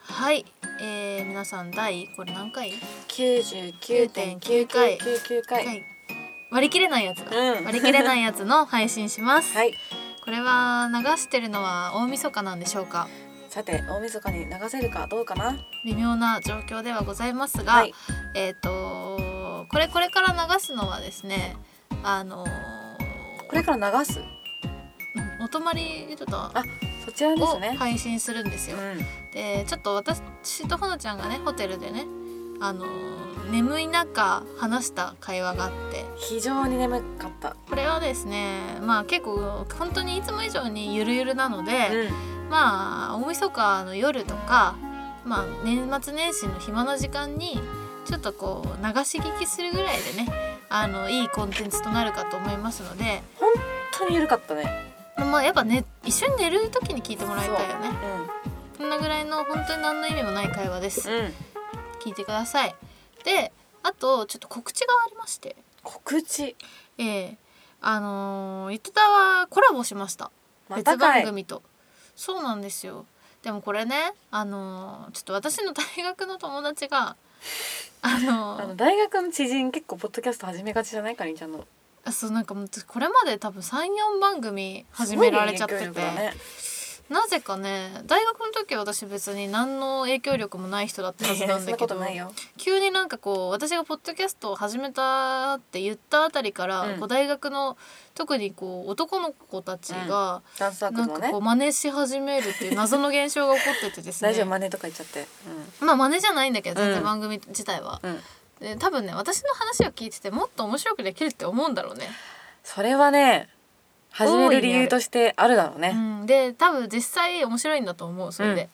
はい、えー、皆さん第これ何回99.9回99回はい割り切れないやつだ、うん割り切れないやつの配信します、はいこれは流してるのは大晦日なんでしょうかさて大晦日に流せるかどうかな微妙な状況ではございますが、はいえっ、とこれこれから流すのはですねあのーこれから流すうんお泊まりちょっとそちらでをすね配信するんですうよん。でちょっと私とほのちゃんがねホテルでねあのー眠い中話した会話があって非常に眠かったこれはですねまあ結構本当にいつも以上にゆるゆるなので、うまあ大晦日の夜とか、まあ、年末年始の暇な時間にちょっとこう流し聞きするぐらいでねあのいいコンテンツとなるかと思いますので、本当に緩かったねまあ、やっぱね一緒に寝る時に聞いてもらいたいよねうこんなぐらいの本当に何の意味もない会話ですんうん聞いてくださいであとちょっと告知がありまして告知ええあのー、ゆとたはコラボしましたま別たか番い組とそうなんですよでもこれねあのーちょっと私の大学の友達が あのあのー大学の知人結構ポッドキャスト始めがちじゃないかりんちゃんのあそうなんかもうこれまで多分34番組始められちゃってて、すごい影響力だねなぜかね大学の時は私別に何の影響力もない人だったはずいやないやん そんだなけことどないよ急になんかこう私がポッドキャストを始めたって言ったあたりから、うんこう大学の特にこう男の子たちが、ダンスサークなルんのかねこう真似し始めるっていう謎の現象が起こっててですね 大丈夫真似とか言っちゃってまあ真似じゃないんだけど全う然ん番組自体は、うんうんで多分ね私の話を聞いててもっと面白くできるって思うんだろうね、それはね始める理由としてあるだろううねん、で多分実際面白いんだと思うそれで、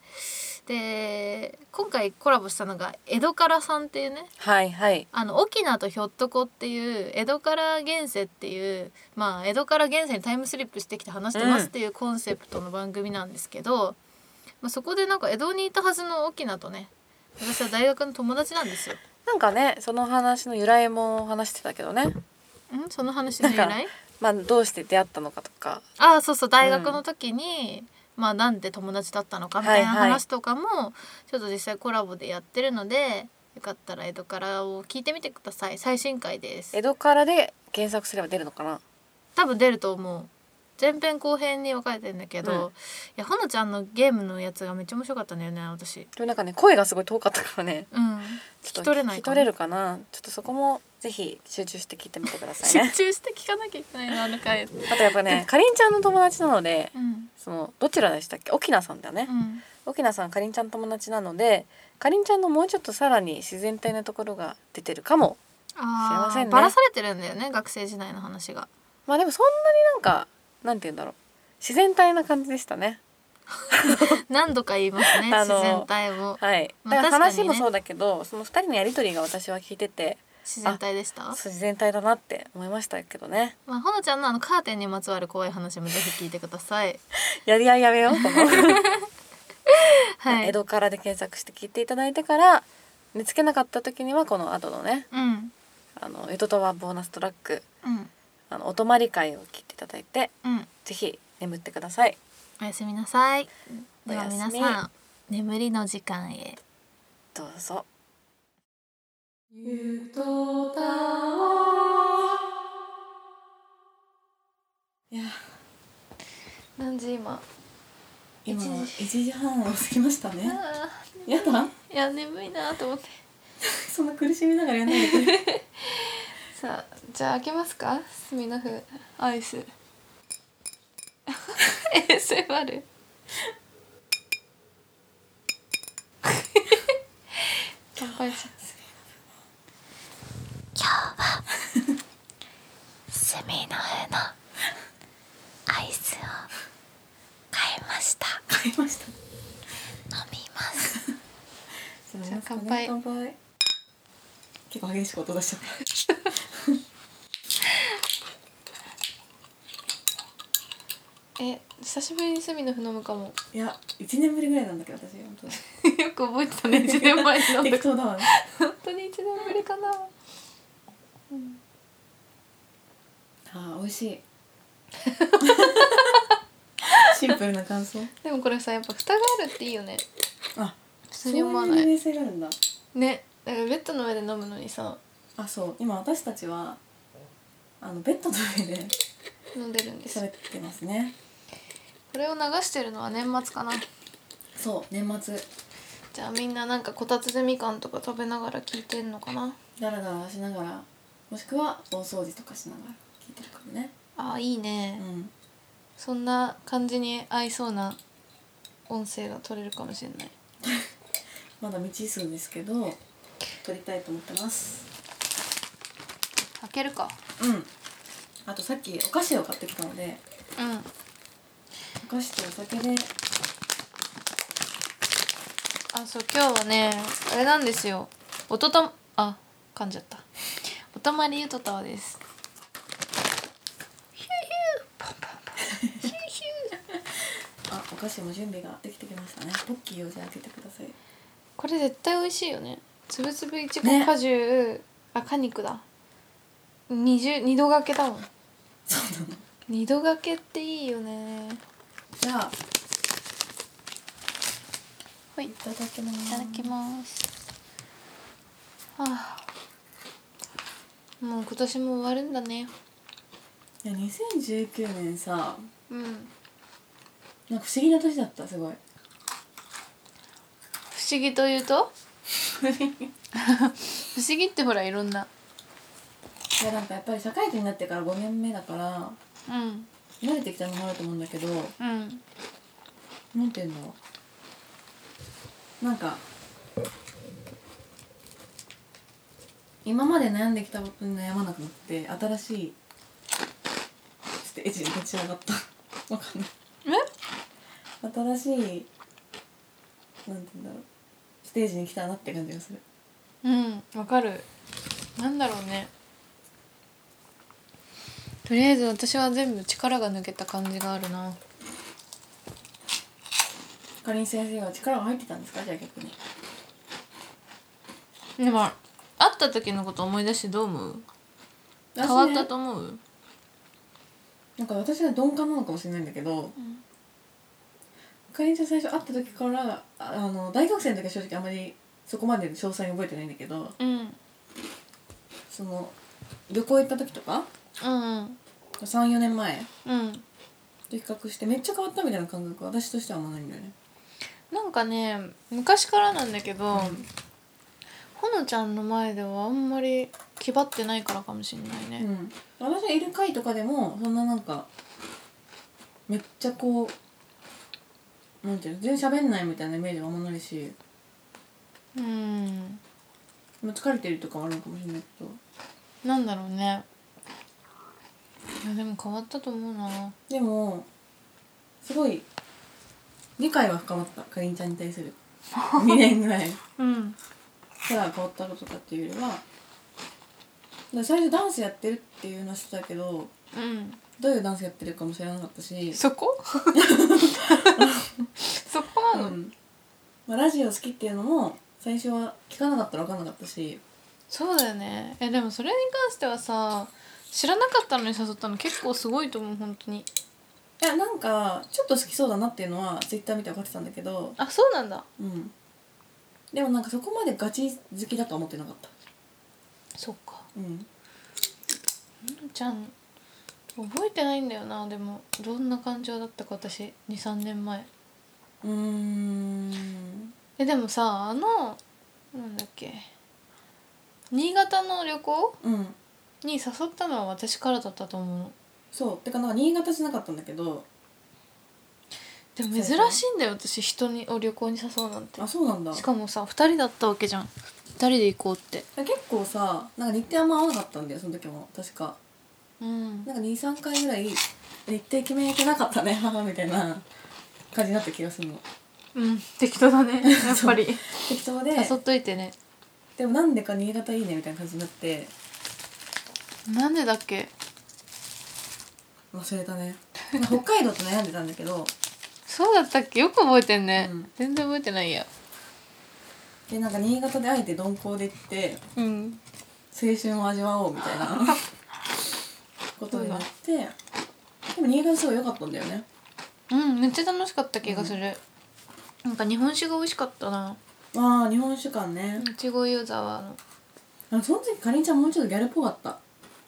で今回コラボしたのが江戸からさんっていうねはいはいあの沖縄とひょっとこっていう江戸から現世っていうまあ江戸から現世にタイムスリップしてきて話してますっていうコンセプトの番組なんですけど、まあ、そこでなんか江戸にいたはずの沖縄とね私は大学の友達なんですよ。なんかねその話の由来も話してたけどねんその話の由なん来まあどうして出会ったのかとかああそうそう大学の時に、まあなんで友達だったのかみたいなはいはい話とかもちょっと実際コラボでやってるのでよかったら江戸からを聞いてみてください最新回です江戸からで検索すれば出るのかな多分出ると思う前編後編に分かれてんだけど、うんいやほのちゃんのゲームのやつがめっちゃ面白かったんだよね私でもなんかね声がすごい遠かったからねうんち聞きょっ取れない聞きか取なれるかなちょっとそこもぜひ集中して聞いてみてください 集ね中して聞かなきゃいけないなあの 回 うんあとやっぱねかりんちゃんの友達なのでうんそのどちらでしたっけ沖縄さんだよね沖縄さんかりんちゃん友達なのでかりんちゃんのもうちょっとさらに自然体なところが出てるかもあ幸あ、せねバラされてるんだよね学生時代の話 がまあでもそんなになんかなんて言うんだろう自然体な感じでしたね何度か言いますねあ自の然体をはいだまあ確からか話にねもそうだけど、その二人のやりとりが私は聞いてて自然体でしたそう自然体だなって思いましたけどねまあ、ほのちゃんのあのカーテンにまつわる怖い話もぜひ聞いてください。やり合いやめようこのはい。 江戸からで検索して聞いていただいてから見つけなかった時にはこの後のねうん。あの江戸とはボーナストラックうん。あのお泊まり会を聞いていただいてうん。ぜひ眠ってくださいおやすみなさい。ではおやすみ皆さん、眠りの時間へ。どうぞいや何時今。今一時半を過ぎましたね。やだ。 いや、眠いなと思って。そんな苦しみながらやんないでくれ。さあ、じゃあ開けますかスミノフアイス。ASMR? 乾杯します。スミノフのアイスを買いました買いました。飲みますじゃあ乾杯乾杯。結構激しく音出しちゃった。え、久しぶりにスミノフ飲むかも。いや、一年ぶりぐらいなんだけど、私、本当に。 よく覚えてたね、1年前に飲んだ適当だわね。 本当に一年ぶりかな。あー、美味し い。シンプルな感想。でもこれさやっぱ蓋があるっていいよね。あ、普そ通うにい思わなうい冷静があるんだねだからベッドの上で飲むのにさあそう今私たちはあのベッドの上で飲んでるんですよ喋ってますねこれを流してるのは年末かなそう年末じゃあみんななんかこたつでみかんとか食べながら聞いてんのかなダラダラしながらもしくは大掃除とかしながら聞いてるかもねあーいいね、うんそんな感じに合いそうな音声が取れるかもしれないまだ未知数ですけど撮りたいと思ってます開けるかうんあとさっきお菓子を買ってきたのでうんお菓子とお酒であそう今日はねあれなんですよおととあ噛んじゃったおたまりゆとたわですあお菓子も準備ができてきましたねポッキーをじゃあ開けてくださいこれ絶対美味しいよねつぶつぶいちごね果汁、あ果肉だ二重二度がけだもんそうなの二度がけっていいよねじゃあはいいただきますいただきますああもう今年も終わるんだねいや2019年さうんなんか不思議な年だったすごい不思議という と不思議ってほらいろんないやなんかやっぱり社会人になってから5年目だからうん慣れてきたのもあると思うんだけどうんなんていうのなんか今まで悩んできたことに悩まなくなって新しいステージに立ち上がった わかんない新しいなんていうんだろうステージに来たなって感じがするえうんわかるなんだろうねとりあえず私は全部力が抜けた感じがあるなかりん先生は力が入ってたんですかじゃあ逆にでも会った時のこと思い出してどう思う変わったと思うなんか私は鈍感なのかもしれないんだけど、んかりんちゃん最初会った時からああの大学生の時は正直あまりそこまでの詳細に覚えてないんだけどうんその旅行行った時とかうん34年前うんと比較してめっちゃ変わったみたいな感覚は私としてはあんまないんだよねなんかね昔からなんだけど、ほのちゃんの前ではあんまり気張ってないからかもしれないね、うん、私がいる回とかでもそんななんかめっちゃこうなんていうの全然喋んないみたいなイメージはあんまないしうん、まあ疲れてるとかはあるのかもしれないけどなんだろうねいやでも変わったと思うなでもすごい理解は深まったかりんちゃんに対 する2年ぐらいうんキャラが変わったことかっていうよりはだから最初ダンスやってるっていうのはしてたけどうんどういうダンスやってるかも知らなかったし、そ こそこうなの、んまあ、ラジオ好きっていうのも最初は聞かなかったら分かんなかったしそうだよねえでもそれに関してはさ知らなかったのに誘ったの結構すごいと思う本当にいやなんかちょっと好きそうだなっていうのはツイッター見て分かってたんだけど、あそうなんだうん、でもなんかそこまでガチ好きだとは思ってなかった、そっかうん、ほのちゃん覚えてないんだよなでもどんな感情だったか私23年前うーんえでもさあのなんだっけ新潟の旅行うんに誘ったのは私からだったと思うのそうてかなんか新潟じゃなかったんだけどでもそう珍そうしいんだよ私人にを旅行に誘うなんてあそうなんだし結かもさ2人だったわけじゃん2人で行こうって構さなんか日程あんま合わなかったんだよその時も確かうんなんか23回ぐらい日程決めてなかったね母みたいな感じになった気がするのうん適当だ ねやっぱり適当で誘っといてねでもなんでか新潟いいねみたいな感じになってなんでだっけ忘れたねなんか北海道と悩んでたんだけどそうだったっけよく覚えてんね、うん全然覚えてないやでなんか新潟であえて鈍行で行ってうん青春を味わおうみた いなことになってでも新潟すごい良かったんだよねうんめっちゃ楽しかった気がする、なんか日本酒が美味しかったなああ日本酒館ね、いちご湯沢のあその時かりんちゃんもうちょっとギャルっぽかった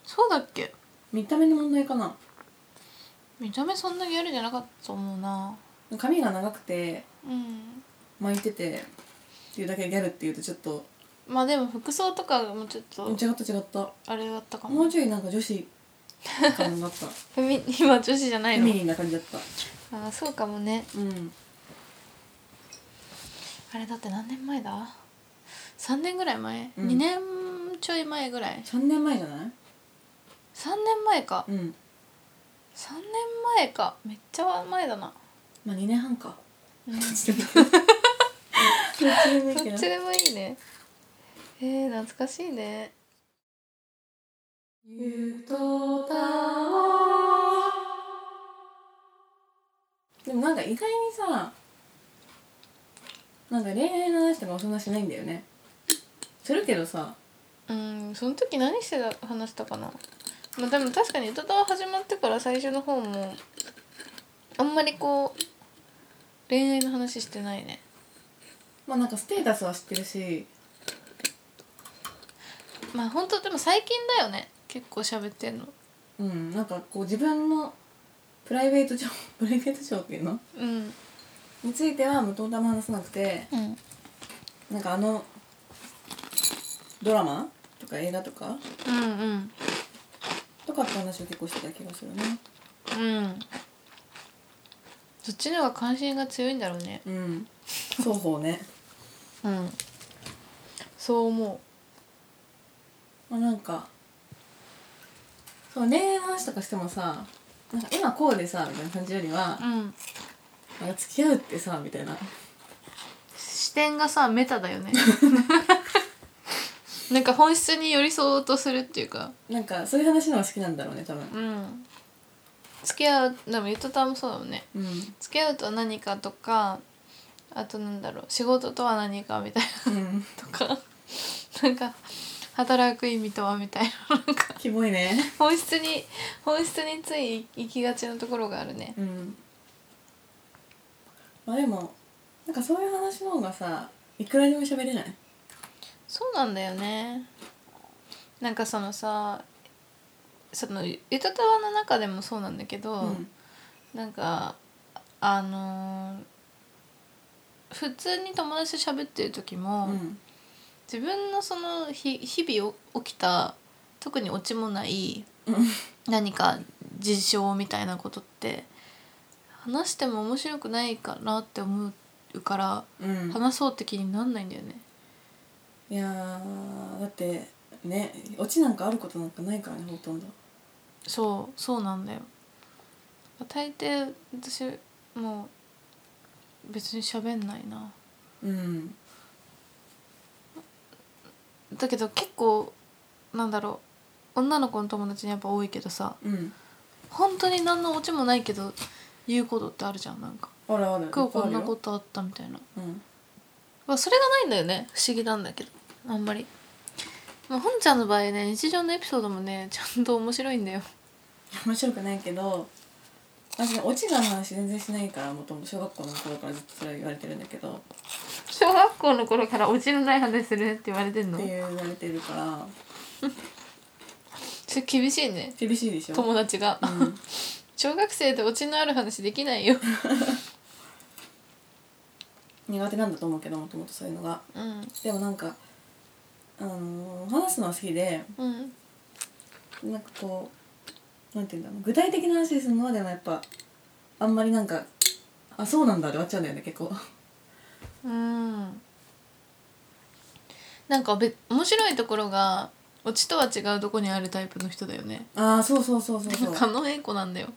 そうだっけ見た目の問題かな見た目そんなギャルじゃなかったと思うな髪が長くてうん巻いててっていうだけでギャルっていうとちょっとまあでも服装とかもちょっと違った違ったあれだったかももうちょいなんか女子感が あったフェミ今女子じゃなフいェミのニンな感じだったああそうかもねうんあれだって何年前だ3年ぐらい前、うん2年ちょい前ぐらい3年前じゃない3年前かうん3年前かめっちゃ前だなまあ2年半かうんどどっっ ちでもいいど っちでもいいけどちでもいいねえー、懐かしいねゆとたでもなんか意外にさなんか恋愛の話とかもそんなしないんだよねするけどさうんその時何してた話したかなまあでも確かに「歌たわ」始まってから最初の方もあんまりこう恋愛の話してないねまあなんかステータスは知ってるしまあ本当でも最近だよね結構喋ってんのうんなんかこう自分のプライベート情報 プライベート情報っていうのうんについては無党玉話さなくてうんなんかあのドラマとか映画とかうんうんとかって話を結構してた気がするねうんそっちの方が関心が強いんだろうねうん双方ねうんそう思まあ、なんかそう恋愛の話とかしてもさなんか今こうでさみたいな感じよりはう、うん、なんか付き合うってさみたいな視点がさメタだよね なんか本質に寄り添おうとするっていうかなんかそういう話の方が好きなんだろうね多分うん付き合うでもゆとたんもそうだもんねうん付き合うとは何かとかあとなんだろう仕事とは何かみたいうんなとか なんか働く意味とはみたいななんかキモいね本質に本質につい行きがちなところがあるねうんまあでもなんかそういう話の方がさいくらでも喋れないそうなんだよねなんかそのさそのゆゆとたわの中でもそうなんだけど、うんなんかあのー普通に友達と喋ってる時も、うん自分のその日日々お起きた特にオチもないうん何か事象みたいなことって話しても面白くないかなって思うからうん話そうって気になんないんだよね。いやーだってねオチなんかあることなんかないからねほとんどそうそうなんだよ大抵私もう別に喋んないなうんだけど結構なんだろう女の子の友達にやっぱ多いけどさうん本当に何のオチもないけど言うことってあるじゃんなんかあるある今日こんなこいっとあったみたいなぱいあるよまあそれがないんだよね不思議なんだけどあんまりまあ本ちゃんの場合ね日常のエピソードもねちゃんと面白いんだよ面白くないけど私ねオチが話全然しないからもともと小学校の頃からずっとそれは言われてるんだけど、小学校の頃からオチのない話するって言われてんのって言われてるからそれ厳しいね厳しいでしょ、友達がうん、小学生でオチのある話できないよ。苦手なんだと思うけどもともとそういうのがうん。でもなんか、あのー話すのは好きでうん。なんかこうなんて言うんだろう具体的な話するのはでもやっぱあんまりなんかあそうなんだで終わっちゃうんだよね結 構うん。なんかべ面白いところがオチとは違うとこにあるタイプの人だよね。ああそうそうそうそうでそもう狩野英孝なん だよ。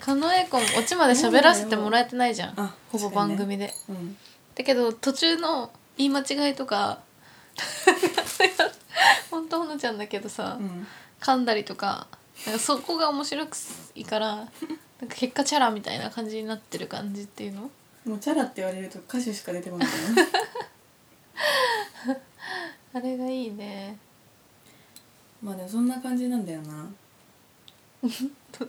狩野英孝もオチまで喋らせてもらえてないじゃん。あほぼ確かに番ね組で。うんだけど途中の言い間違いとか。 本当ほのちゃんだけどさ、うん噛んだりとかなんかそこが面白くいからなんか結果チャラみたいな感じになってる感じっていうのもうチャラって言われると歌手しか出てこないから ねあれがいいねまあでもそんな感じなんだよなた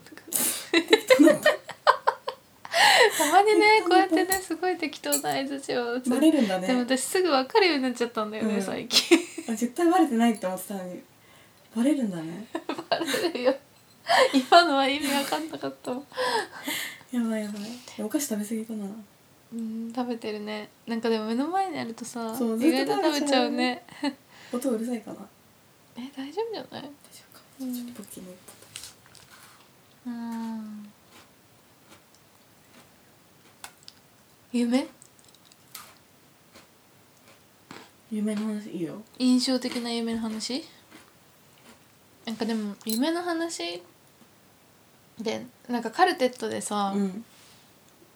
まにねこうやってねすごい適当な相づちを打つバレるんだでもね私すぐ分かるようになっちゃったんだよね、うん最近 絶対バレてないって思ってたのにバレるんだねバレるよ今のは意味わかんなかったわやばいやばいお菓子食べ過ぎかなうん食べてるねなんかでも目の前にあるとさそう意外と食ずべっと食べちちゃゃううねね音うるさいかな大え丈大丈夫じゃない夫かちょっとポッキーの一うん夢本夢の話いいよ印象的な夢の話なんかでも夢の話でなんかカルテットでさ、うん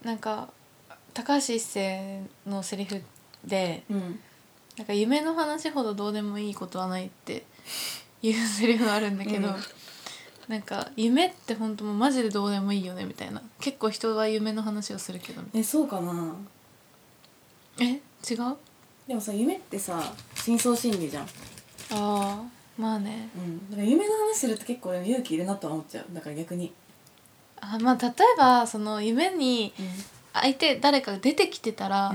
なんか高橋一生のセリフでうんなんか夢の話ほどどうでもいいことはないっていうセリフがあるんだけど、うんなんか夢って本当もうマジでどうでもいいよねみたいな結構人は夢の話をするけどみたえそうかないなえ違うあでもさ夢ってさ深層心理じゃんあまあねうんだから夢の話すると結構でも勇気いるなとは思っちゃうだから逆にあまあ例えばその夢にうん相手誰かが出てきてたら、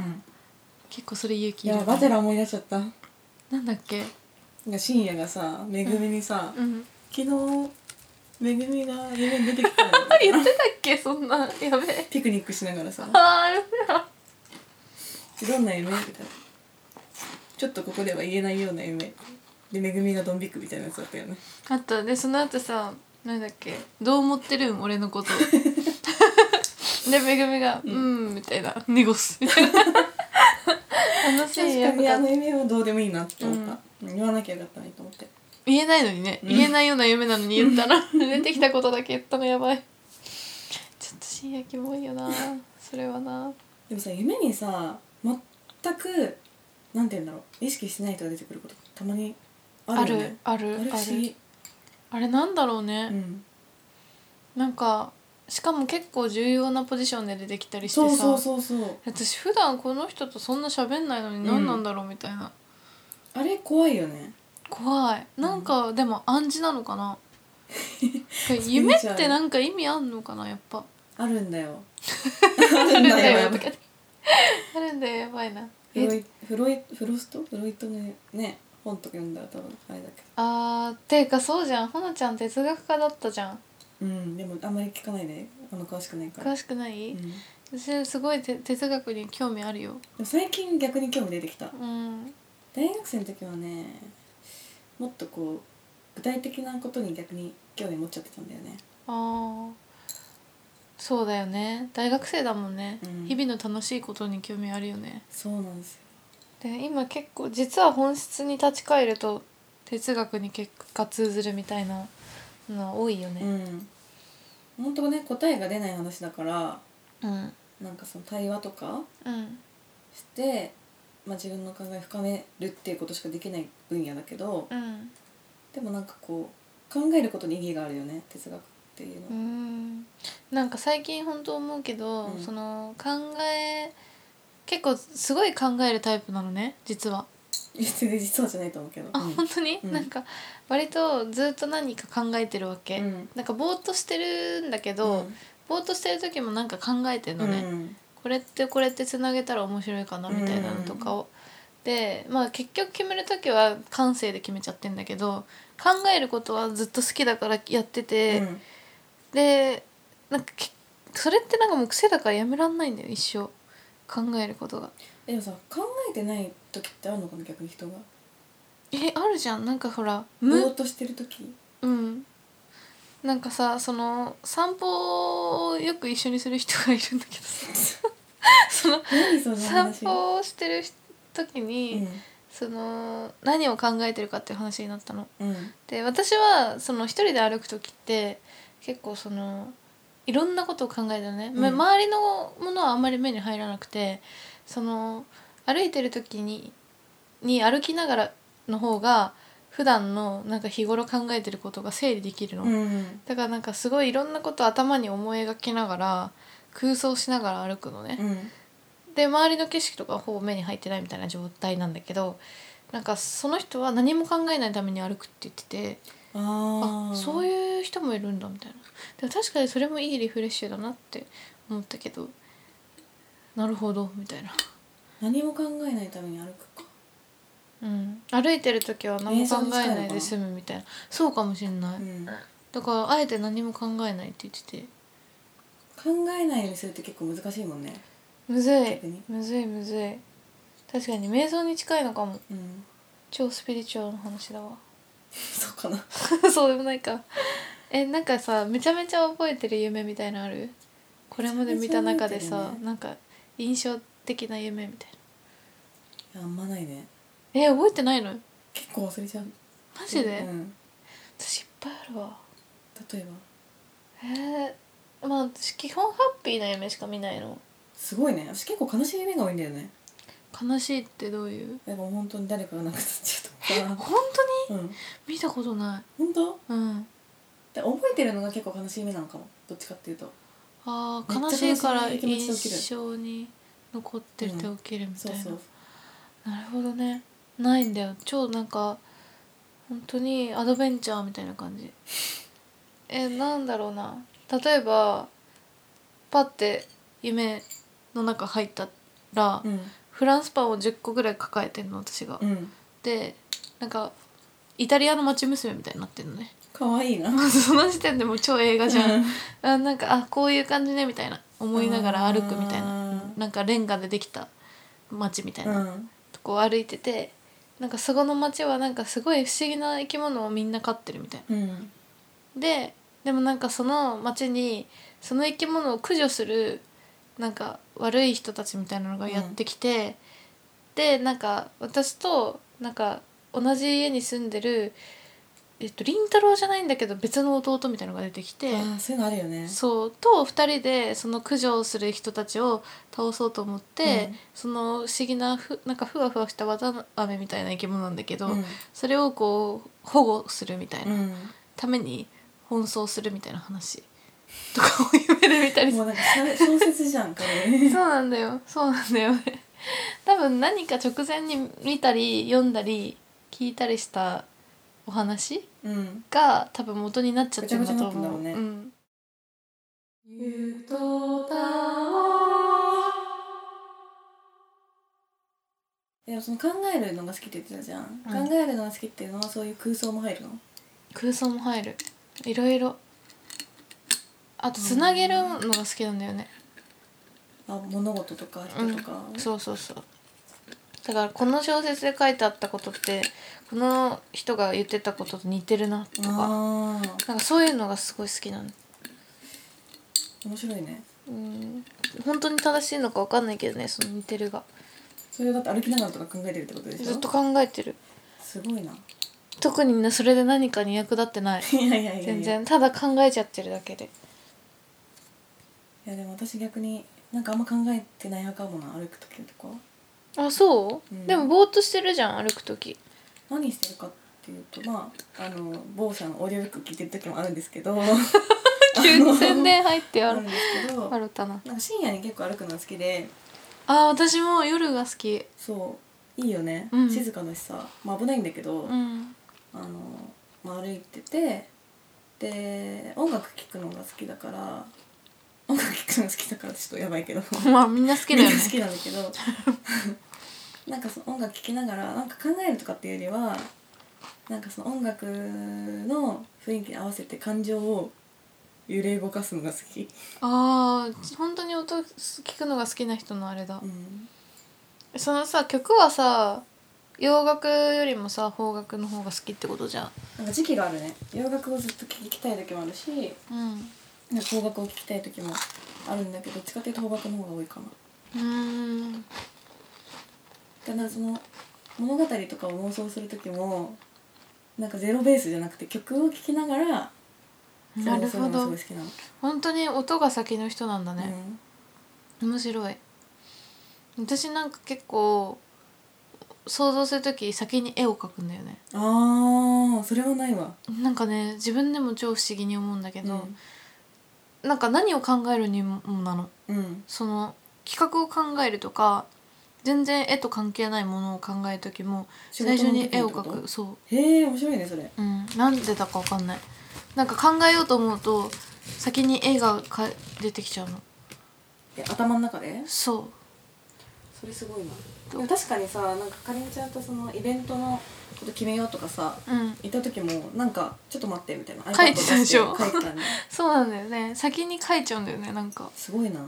結構それ勇気いいるやバチェラー思い出しちゃったなんなんだっけか深夜がさめぐみにさ、うん昨日めぐみが夢に出てきたの 言ってたっけそんなやべえピクニックしながらさ あーやべえなどんな夢みたいなちょっとここでは言えないような夢でめぐみがドン引くみたいなやつだったよねあとでその後さなんだっけどう思ってるん俺のこと でめぐみが「うん」みたいな「濁 す」みたいな楽し確いかやにあっのぱ夢はどうでもいいなって思った、うん言わなきゃよかったなと思って言えないのにね、言えないような夢なのに言 ったら出てきたことだけ言ったのやばいちょっと深夜キモいよなそれはなでもさ夢にさ全くなんて言うんだろう意識してない人が出てくることたまにああるよるねあるあれあ不思る議あれなんだろうね、うんなんかしかも結構重要なポジションで出てきたりしてさそうそうそうそう私普段この人とそんな喋んないのに何なんだろうみたいな、あれ怖いよね怖いなんか、でも暗示なのか な夢夢っじゃんてなんか意味あんのかなやっぱあるんだよ ああるんだよやっぱとかあるんだよやばいなフロえイフロイフロストフロイトのね本とか読んだら多分あれだけあーてかそうじゃんほのちゃん哲学家だったじゃんどうんでもあんまり聞かないであの詳しくないから、詳しくない、うん、でも私すごいて哲学に興味あるよ最近逆に興味出てきたうん大学生の時はねもっとこう具体的なことに逆に興味持っちゃってたんだよねあーそうだよね大学生だもんね、うん日々の楽しいことに興味あるよねそうなんですよで今結構実は本質に立ち返ると哲学に結果通ずるみたいなのは多いよね。うん本当ね答えが出ない話だからうんなんかその対話とかうんして、まあ、自分の考えを深めるっていうことしかできない分野だけどうんでもなんかこう考えることに意義があるよね哲学っていうのう、んなんか最近本当思うけど、うんその考え結構すごい考えるタイプなのね実は。 別にそうじゃないと思うけどあ、うん本当に、うんなんか割とずっと何か考えてるわけ。うんなんかぼーっとしてるんだけど、ぼーっとしてる時もなんか考えてるうのんね。これってこれってつなげたら面白いかなみたいなのとかを、で、まあ、結局決める時は感性で決めちゃってんだけど考えることはずっと好きだからやってて、うんでなんかけそれってなんかもう癖だからやめらんないんだよ一生考えることが。でもさ考えてない時ってあるのかな逆に人がえあるじゃんなんかほらぼー無っとしてる時うんなんかさその散歩をよく一緒にする人がいるんだけどさ その何その散話歩をしてる時に。うその何を考えてるかっていう話になったの。んうんで私はその一人で歩く時って結構そのいろんなことを考えたのね、まうん周りのものはあんまり目に入らなくてその歩いてる時にに歩きながらの方が普段のなんか日頃考えてることが整理できるの。うんだからなんかすごいいろんなこと頭に思い描きながら空想しながら歩くのね。うんで周りの景色とかほぼ目に入ってないみたいな状態なんだけどなんかその人は何も考えないために歩くって言っててあああそうういう人もいるんだみたいなでも確かにそれもいいリフレッシュだなって思ったけどなるほどみたいな、何も考えないために歩くかうん、歩いてる時は何も考えないで済むみたいなそうかもしんない、うんだからあえて何も考えないって言ってて考えないようにするって結構難しいもんねむずい逆にむずいむずい確かに瞑想に近いのかもうん超スピリチュアルの話だ わそうかなそうでもないかえなんかさめちゃめちゃ覚えてる夢みたいのあるこれまで見た中でめちゃめさ、ちゃ覚えてるねなんか印象的な夢みたいあんまないねなえ覚えてないの結構忘れちゃうマジで、うん、私いっぱいあるわ例えばえー、まあ私基本ハッピーな夢しか見ないのすごいね私結構悲しい夢が多いんだよね悲しいってどういうやっぱ本当に誰かが亡くなっちゃったとか本当にうん見たことな本当いうんで覚えてるのが結構悲しい夢なのかもどっちかっていうとあめーっ悲しちゃいから悲しい気持ちで起きる印象に残ってて起きるみたそいうな、そうなるほどねないんだよ超なんか本当にアドベンチャーみたいな感じえなんだろうな例えばパッて夢の中入ったら、うんフランスパンを10個ぐらい抱えてんの私が、うんでなんかイタリアの町娘みたいになってんのね 可愛いなその時点でもう超映画じゃん、うんあなんかあこういう感じねみたいな思いながら歩くみたいなあなんかレンガでできた街みたいーな、うんとこを歩いててなんかそこの街はなんかすごい不思議な生き物をみんな飼ってるみたいうんな。ででもなんかその街にその生き物を駆除するなんか悪い人たちみたいなのがやってきて、でなんか私となんか同じ家に住んでる、えっと、凛太郎じゃないんだけど別の弟みたいなのが出てきあて。ーそういうのあるよねそうと2人でその駆除をする人たちを倒そうと思って、うんその不思議なふなんかふわふわした綿あめみたいな生き物なんだけど、うんそれをこう保護するみたいうなんために奔走するみたいな話 とかを夢で見たりすもるうなんか小説じゃん これそうなんだよそうなんだよね 多分何か直前に見たり読んだり聞いたりしたお話うんが多分元になっちゃってるんだとぐちゃ思う。ぐちゃになってうんんゆとたわでもその考えるのが好きって言ってたじゃん、うん考えるのが好きっていうのはそういう空想も入るの空想も入るいろいろあとつなげるのが好きなんだよね、あ物事とか人とか、そうそうそうだからこの小説で書いてあったことってこの人が言ってたことと似てるなとかあなんかそういうのがすごい好きなのー面白いねうん本当に正しいのかわかんないけどねその似てるがそれをだって歩きながらとか考えてるってことでしょずっと考えてるすご いな特にねそれで何かに役立ってないいやいやいやいや全然ただ考えちゃってるだけでいやでも私逆になんかあんま考えてない派かもな歩く時とかあそう、うんでもぼーっとしてるじゃん歩く時何してるかっていうとまああの某社のオーディオブック聞いてる時もあるんですけど急 に宣伝入ってあやるるんですけどあるかななんか深夜に結構歩くのが好きであ私も夜が好きそういいよね、うん静かだしさ、まあ、危ないんだけど、うんあの、まあ、歩いててで音楽聴くのが好きだから音楽聴くのが好きだからちょっとやばいけど好まあみんな好きだよね好きなんだけど なんかその音楽聴きながらなんか考えるとかっていうよりはなんかその音楽の雰囲気に合わせて感情を揺れ動かすのが好き、ああ本当に音聞くのが好きな人のあれだうん、そのさ曲はさ洋楽よりもさ邦楽の方が好きってことじゃんなんか時期があるね洋楽をずっと聴きたい時もあるしうんなんか邦楽を聴きたい時もあるんだけどどっちかっていうと邦楽の方が多いかなうーんだからその物語とかを妄想する時もなんかゼロベースじゃなくて曲を聴きながらなるほ想像すどるのがすごい好本当に音が先の人なんだきなの、ね、面白い私なんか結構想像する時先に絵を描くんだよねうん、あーそれはないわ、なんかね自分でも超不思議に思うんだけうどん、なんか何を考えるにもなのうんその企画を考えるとか全然絵と関係ないものを考える時も仕最事初の時に絵をってこ描とくそへえ面白いねそれう、うん、なんでだかわかんないなんか考えようと思うと先に絵がか出てきちゃうのえ頭の中でそそれすごいなでも確かにさなんかかりんちゃんとそのイベントのこと決めようとかさうん行った時もなんか「ちょっと待って」みたい な書いてたでしょ iPad 出して書いてたね そうなんだよね先に書いちゃうんだよねなんかすごいな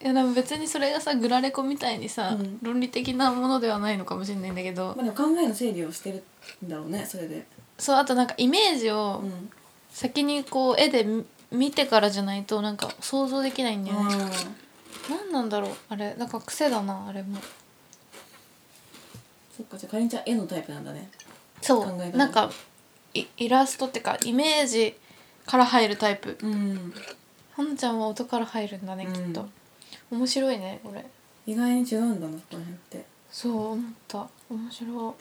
いやでも別にそれがさグラレコみたいにさ、うん論理的なものではないのかもしれないんだけど、まあでも考えの整理をしてるんだろうねそれでそうあとなんかイメージうをん先にこう絵で見見てからじゃないとなんか想像できないんだよね、あなん、なんだろうあれなんか癖だなあれもそっかじゃあかりんちゃん絵のタイプなんだねそ考えう方なんかイイラストってかイメージから入るタイプうんはんちゃんは音から入るんだねうんきっと、面白いねこれ意外に違うんだなそこら辺って、ね、そう思った面白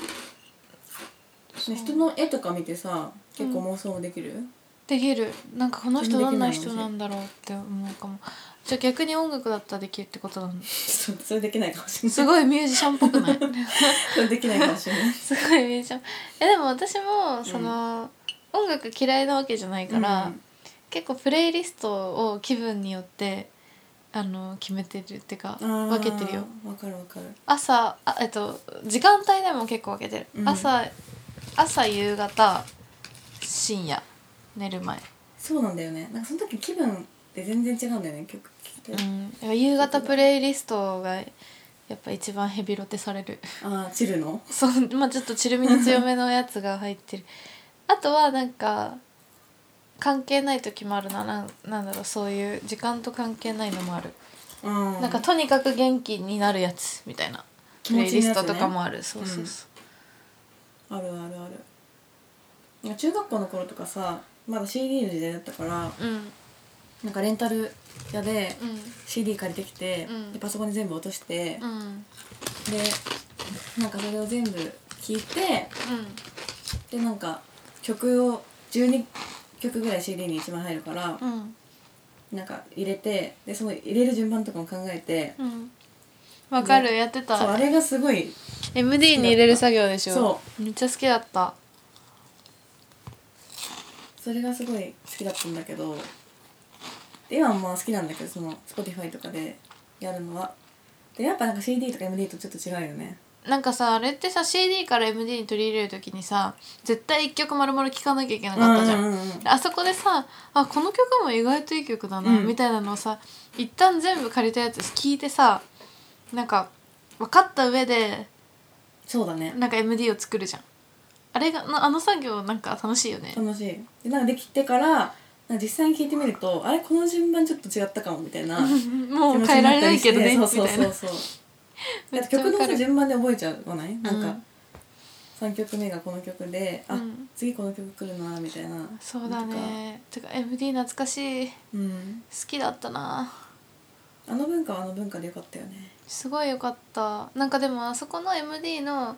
い、そう人の絵とか見てさ結構妄想できる、できるなんかこの人全然どできんないな人なんだろうって思うかもじゃあ逆に音楽だったらできるってことなのちょっとそれできないかもしれな いすごいミュージシャンっぽくない それできないかもしれないすごいミュージシャンえでも私もその、音楽嫌いなわけじゃないから、うん結構プレイリストを気分によってあの決めてるってかあー分けてるよわかるわかる朝あえっと時間帯でも結構分けてる、うん朝朝夕方深夜寝る前そうなんだよねなんかその時気分って全然違うんだよね曲聴いて、うん、夕方プレイリストがやっぱ一番ヘビロテされるああチルのそうまあちょっとチルミに強めのやつが入ってるあとはなんか関係ない時もあるななんなんだろうそういう時間と関係ないのもある、うんなんかとにかく元気になるやつみたいな気プレ持イちいリスいやつねトとかもある、そうそうそう、あるあるあるなんか中学校の頃とかさまだ CD の時代だったからうん、うんなんかレンタル屋でうん CD 借りてきて、うんでパソコンに全部落として、でなんかそれを全部聴いてでなんか曲を12曲ぐらい CD に一番入るから、うんうんなんか入れてでその入れる順番とかも考えて、うんわかるやってそうあたれがすごい MD に入れる作業でしょそうめっちゃ好きだったそれがすごい好きだったんだけど今はまあ好きなんだけどその Spotify とかでやるのはでやっぱなんか CD とか MD とちょっと違うよねなんかさあれってさ CD から MD に取り入れる時にさ絶対1曲丸々聴かなきゃいけなかったじゃん。うんうんうんあそこでさあこの曲も意外といい曲だな、うんみたいなのをさ一旦全部借りたやつ聞いてさなんか分かった上でそうだねなんか MD を作るじゃん。あれがなあの作業なんか楽しいよね。楽しいでなんかできてからなんか実際に聞いてみるとあれこの順番ちょっと違ったかもみたいなもう変えられないけどね気み持ちにったたいりしてな。そうそうそうめだっってちゃわ曲のかさる。順番で覚えちゃわないなんうかん3曲目がこの曲であ、うん次この曲来るなみたいなそうだね。てか MD 懐かしい好うんきだったな。あの文化はあの文化でよかったよねすごい良かったなんかでもあそこの MD の、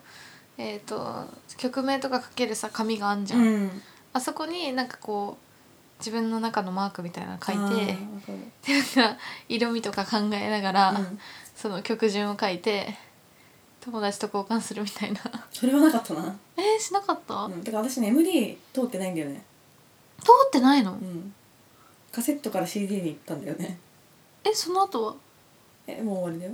えー、と曲名とか書けるさ紙があんじゃん、んあそこになんかこう自分の中のマークみたいなの書いあてーわかるなんか色味とか考えながら、うんその曲順を書いて友達と交換するみたいなそれはなかったな、 えー、しなかった、う通ん、だから私ね MD 通ってないんだよね、ってないの、うん、カセットから CD に行ったんだよねえその後はえもう終わりだよ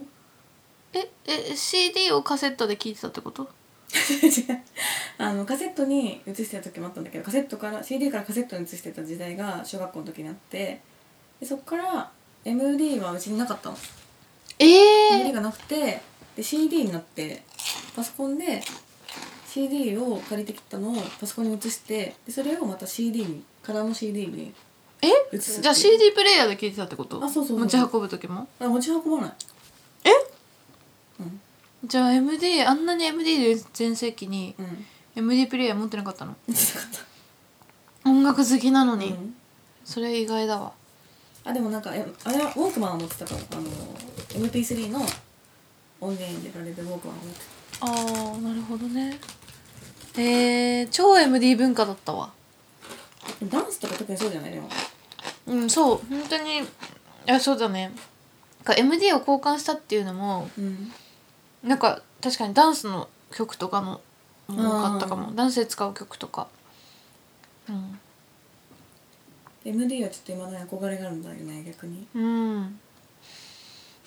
ええ CD をカセットで聴いてたってこと違う あのカセットに移してた時もあったんだけどカセットから CD からカセットに移してた時代が小学校の時にあってでそっから MD はうちになかったの、え MD ー、がなくてで CD になってパソコンで CD を借りてきたのをパソコンに移してでそれをまた CD に空の CD にえ移すっていうじゃあ CD プレイヤーで聴いてたってことあそうそうそう持ち運ぶ時もあ持ち運ばないえうんじゃあ MD あんなに MD で全盛期にうん MD プレイヤー持ってなかったの見てなかっ音楽好きなのた、に、うん、それ意外だわあでもなんかえあれはウォークマンを持ってたからあの MP3 の音源入れられるウォークマンを持ってあーなるほどねえー、超 MD 文化だったわたでもダンスとか特にそうじゃないでもうんそう本当にいやそうだねなんか MD を交換したっていうのもうんなんか確かにダンスの曲とかの多かったかもダンスで使う曲とかうんで MD はちょっと今だに憧れがあるんだよね逆にうん。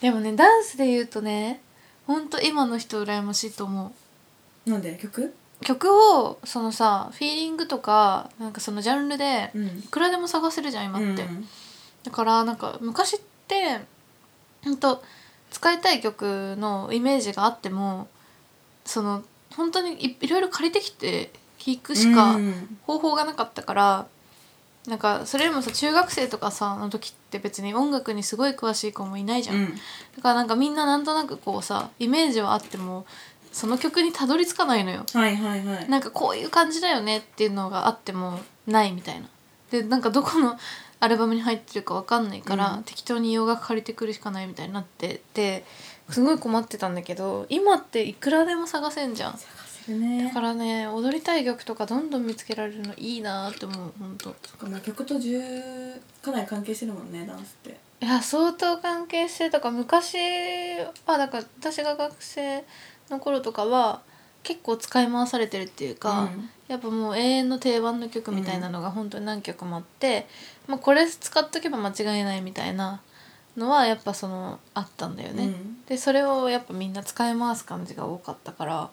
でもねダンスで言うとねほんと今の人羨ましいと思なんで曲う曲をそのさフィーリングとかなんかそのジャンルでうんいくらでも探せるじゃん今って、うんだからなんか昔ってほんと使いたい曲のイメージがあってもその本当にいいろいろ借りてきて弾くしかうん方法がなかったからなんかそれよりもさ中学生とかさの時って別に音楽にすごい詳しい子もいないじゃん、うんだからなんかみんななんとなくこうさイメージはあってもその曲にたどり着かないのよはいはいはいなんかこういう感じだよねっていうのがあってもないみたいなでなんかどこの アルバムに入ってるかわかんないから、うん適当に洋楽借りてくるしかないみたいになっててすごい困ってたんだけど今っていくらでも探せんじゃん探せるねだからね踊りたい曲とかどんどん見つけられるのいいなって思うほんとそっかまあ曲と重かなり関係してるもんねダンスっていや相当関係性とか昔はだから私が学生の頃とかは結構使い回されてるっていうか、うんやっぱもう永遠の定番の曲みたいなのが本当に何曲もあって、まあ、これ使っとけば間違いないみたいなのはやっぱそのあったんだよね。うんでそれをやっぱみんな使い回す感じが多かったから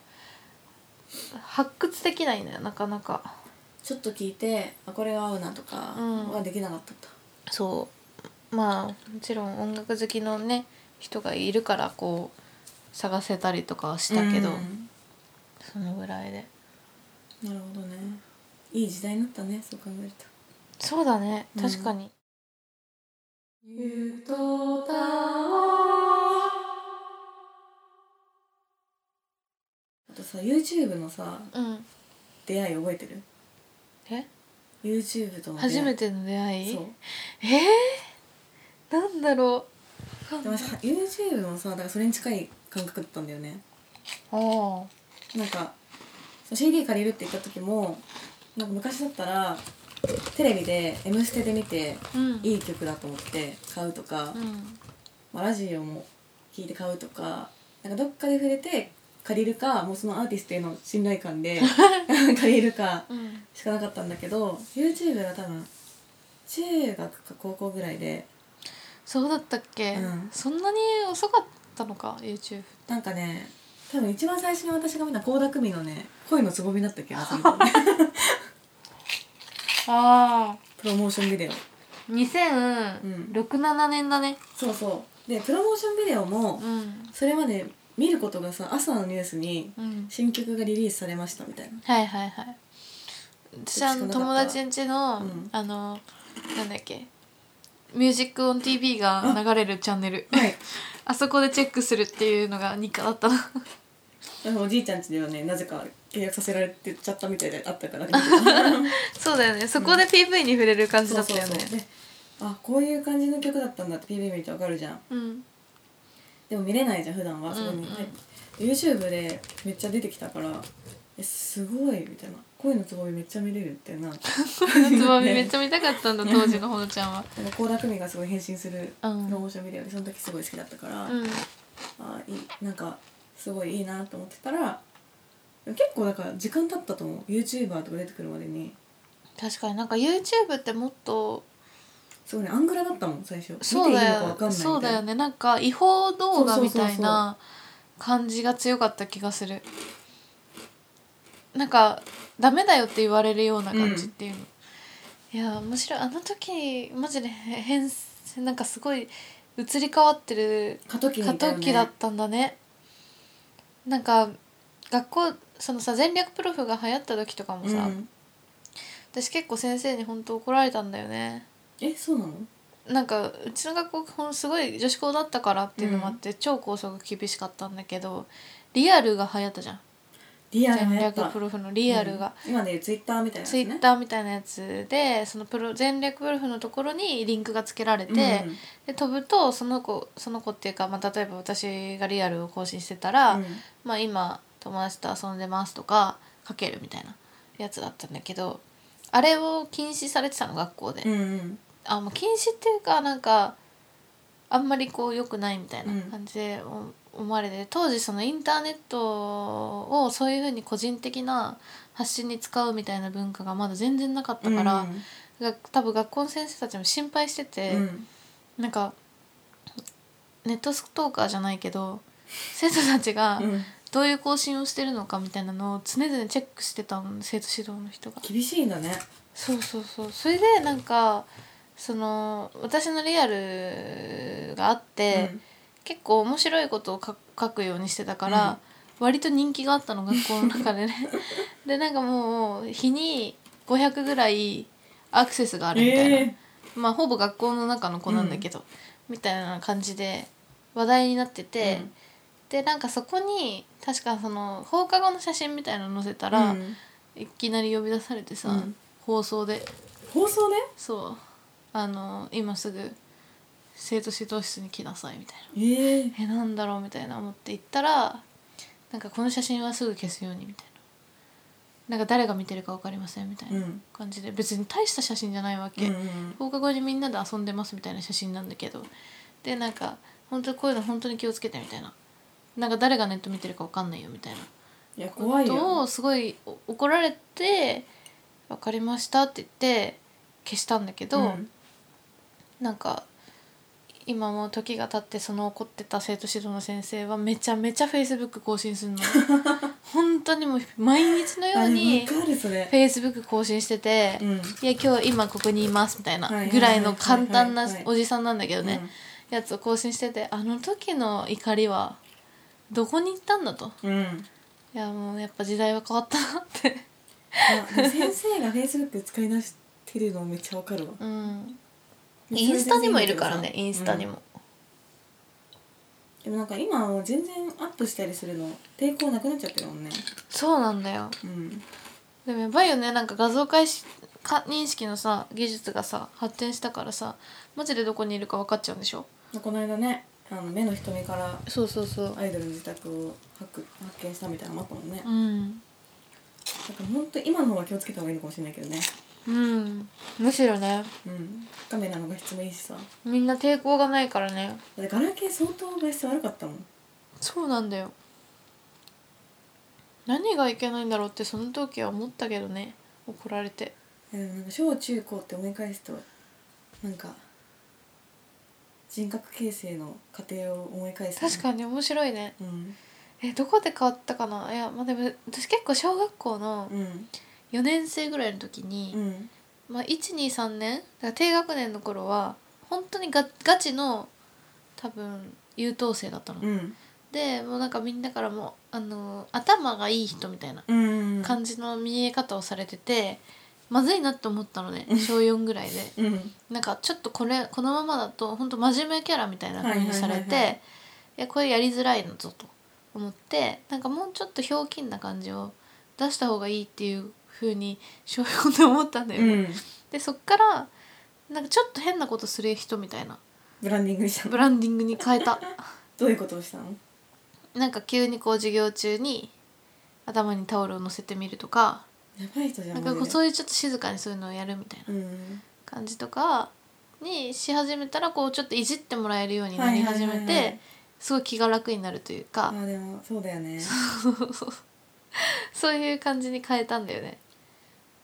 発掘できないのよなかなか。ちょっと聞いてあこれが合うなとかうんはできなかったんだそうまあもちろん音楽好きのね人がいるからこう探せたりとかはしたけど、うんそのぐらいでなるほどねいい時代になったねそう考えるとそうだねうん確かに、ゆとたあとさ YouTube のさうん出会い覚えてるえ YouTube との出会い初めての出会いそうえー、なんだろうわかでんもないさ YouTube もさだからそれに近い感覚だったんだよねあーなんかそう CD 借りるって言った時もなんか昔だったらテレビで「M ステ」で見てうんいい曲だと思って買うとか、うんまあ、ラジオも聞いて買うとかなんかどっかで触れて借りるかもうそのアーティストへの信頼感で借りるかうんしかなかったんだけど YouTube が多分中学か高校ぐらいでそうだったっけ、うんそんなに遅かったのか YouTube なんかね多分一番最初に私が見た倖田來未のね「恋のつぼみ」だったっけなそれああプロモーションビデオ2006、7年だねそうそうでプロモーションビデオもうんそれまで見ることがさ朝のニュースにうん新曲がリリースされましたみたいなはいはいはい私あのしかな友かった達ん家の、うんあのなんだっけ「ミュージックオン TV が流れるチャンネ ルはいあそこでチェックするっていうのが日課だったなでもおじいちゃん家ではねなぜか契約させられてちゃったみたい であったからそうだよねそこで PV に触れる感じそだうったそうよそうねであこういう感じの曲だったんだって PV 見るとわかるじゃんうんでも見れないじゃん普段はそこに、うんうんはい YouTube でめっちゃ出てきたからえすごいみたいな恋のつぼみめっちゃ見れるってななんかつまみめっちゃ見たかったんだ当時のほのちゃんは倖田來未がすごい変身するうプロんモーションビデオでその時すごい好きだったから、うんあいいなんかすごいいいなと思ってたら結構だから時間経ったと思う YouTuber とか出てくるまでに確かになんか YouTube ってもっとすごいねアングラだったもん最初そうだよ見ていいのか分かんないみたいなそうだよねなんか違法動画みたそうそういそうそな感じが強かった気がするなんかダメだよって言われるような感じっていうの、いや面白いあの時マジで変なんかすごい移り変わってる過渡期みた過いな、ね、渡期だったんだねなんか学校そのさ全略プロフが流行った時とかもさ、うん私結構先生に本当怒られたんだよねえそうなのなんかうちの学校ほんすごい女子校だったからっていうのもあって、超校則厳しかったんだけどリアルが流行ったじゃんリアル全なやっぱ略プロフのリアルが、、うん今でいうツイッターみたいなツイッターみたいなやつでそのプロ全略プロフのところにリンクがつけられて、うんで飛ぶとその子その子っていうか、まあ、例えば私がリアルを更新してたら、うんまあ、今友達と遊んでますとか書けるみたいなやつだったんだけどあれを禁止されてたの学校で。うんうんあもう禁止っていうかなんかあんまりこう良くないみたいなうん感じでお思われて、当時そのインターネットをそういうふうに個人的な発信に使うみたいな文化がまだ全然なかったから、が多分学校の先生たちも心配してて、うんなんかネットストーカーじゃないけど生徒たちがうん、どういう更新をしてるのかみたいなのを常々チェックしてたの生徒指導の人が。厳しいんだねそうそうそうそれでなんかその私のリアルがあって、結構面白いことをか書くようにしてたから、割と人気があったの学校の中でね でなんかもう日に500ぐらいアクセスがあうんるみたいな、えまあほぼ学校の中の子なんだけど、みたいな感じで話題になってえて、でなんかそこに確かその放課後の写真みたいなの載せたうら、んうんいきなり呼び出されてさ、うん放送で放送でそうあの今すぐ生徒指導室に来なさいみたいええなえなんだろうみたいな思って行ったらなんかこの写真はすぐ消すようにみたいななんか誰が見てるか分かりませんみたいなうん感じで、別に大した写真じゃないわけ、うんうん放課後にみんなで遊んでますみたいな写真なんだけどでなんか本当にこういうの本当に気をつけてみたいななんか誰がネット見てるか分かんないよみたいないや怖いことよをすごいお怒られて「分かりました」って言って消したんだけど、うんなんか今もう時が経ってその怒ってた生徒指導の先生はめちゃめちゃフェイスブック更新す るの本当にもう毎日のようにあでもわかるそれフェイスブック更新してて「うんいや今日今ここにいます」みたいはいはいなはいぐらいの簡単なはいはいはいおじさんなんだけどね、うんやつを更新しててあの時の怒りはどこに行ったんだとうんいやもうやっぱ時代は変わったなって あでも先生がフェイスブック使い出してるのめっちゃわかるわうんそれインスタにもいるからね全イ然いンいんだけスどさタにも、でもなんか今はもう全然アップしたりするの抵抗なくなっちゃってるもんねそうなんだようんでもやばいよねなんか画像解しか認識のさ技術がさ発展したからさマジでどこにいるか分かっちゃうんでしょこの間ねあの目の瞳からそうそうそうアイドルの自宅を発発見したみたいなのもあったもんね、うんだから本当今の方が気をつけた方がいいのかもしれないけどねうんむしろねうんカメラの画質もいいしさだみんな抵抗がないからねってガラケー相当画質悪かったもんそうなんだよ何がいけないんだろうってその時は思ったけどね怒られてえでもなんか小中高って思い返すとなんか人格形成の過程を思い返すね、確かに面白いねうんえどこで変わったかないやまあでも私結構小学校のうん4年生ぐらいの時うに、んまあ、123年だから低学年の頃は本当にガガチの多分優等生だったの、うんでもうなんかみんなからもあの頭がいい人みたいなうん感じの見え方をされてて、まずいなって思ったのね小4ぐらいでうんなんかちょっとこれこのままだと本当真面目キャラみたいな風にされはいはいはいはていやこれやりづらいのぞと思ってなんかもうちょっとひょうきんな感じを出した方がいいっていう風に小4で思ったんだようね。んでそっからなんかちょっと変なことする人みたいなブランディングしたのブランディングに変え たどういうことをしたのなんか急にこう授業中に頭にタオルを乗せてみるとかやばい人じゃなんんかこううそういうちょっと静かにそういうのをやるみたいなうん感じとかにし始めたらこうちょっといじってもらえるようになり始めはいはいはいはていすごい気が楽になるというかあーでもそうだよねそういう感じに変えたんだよね。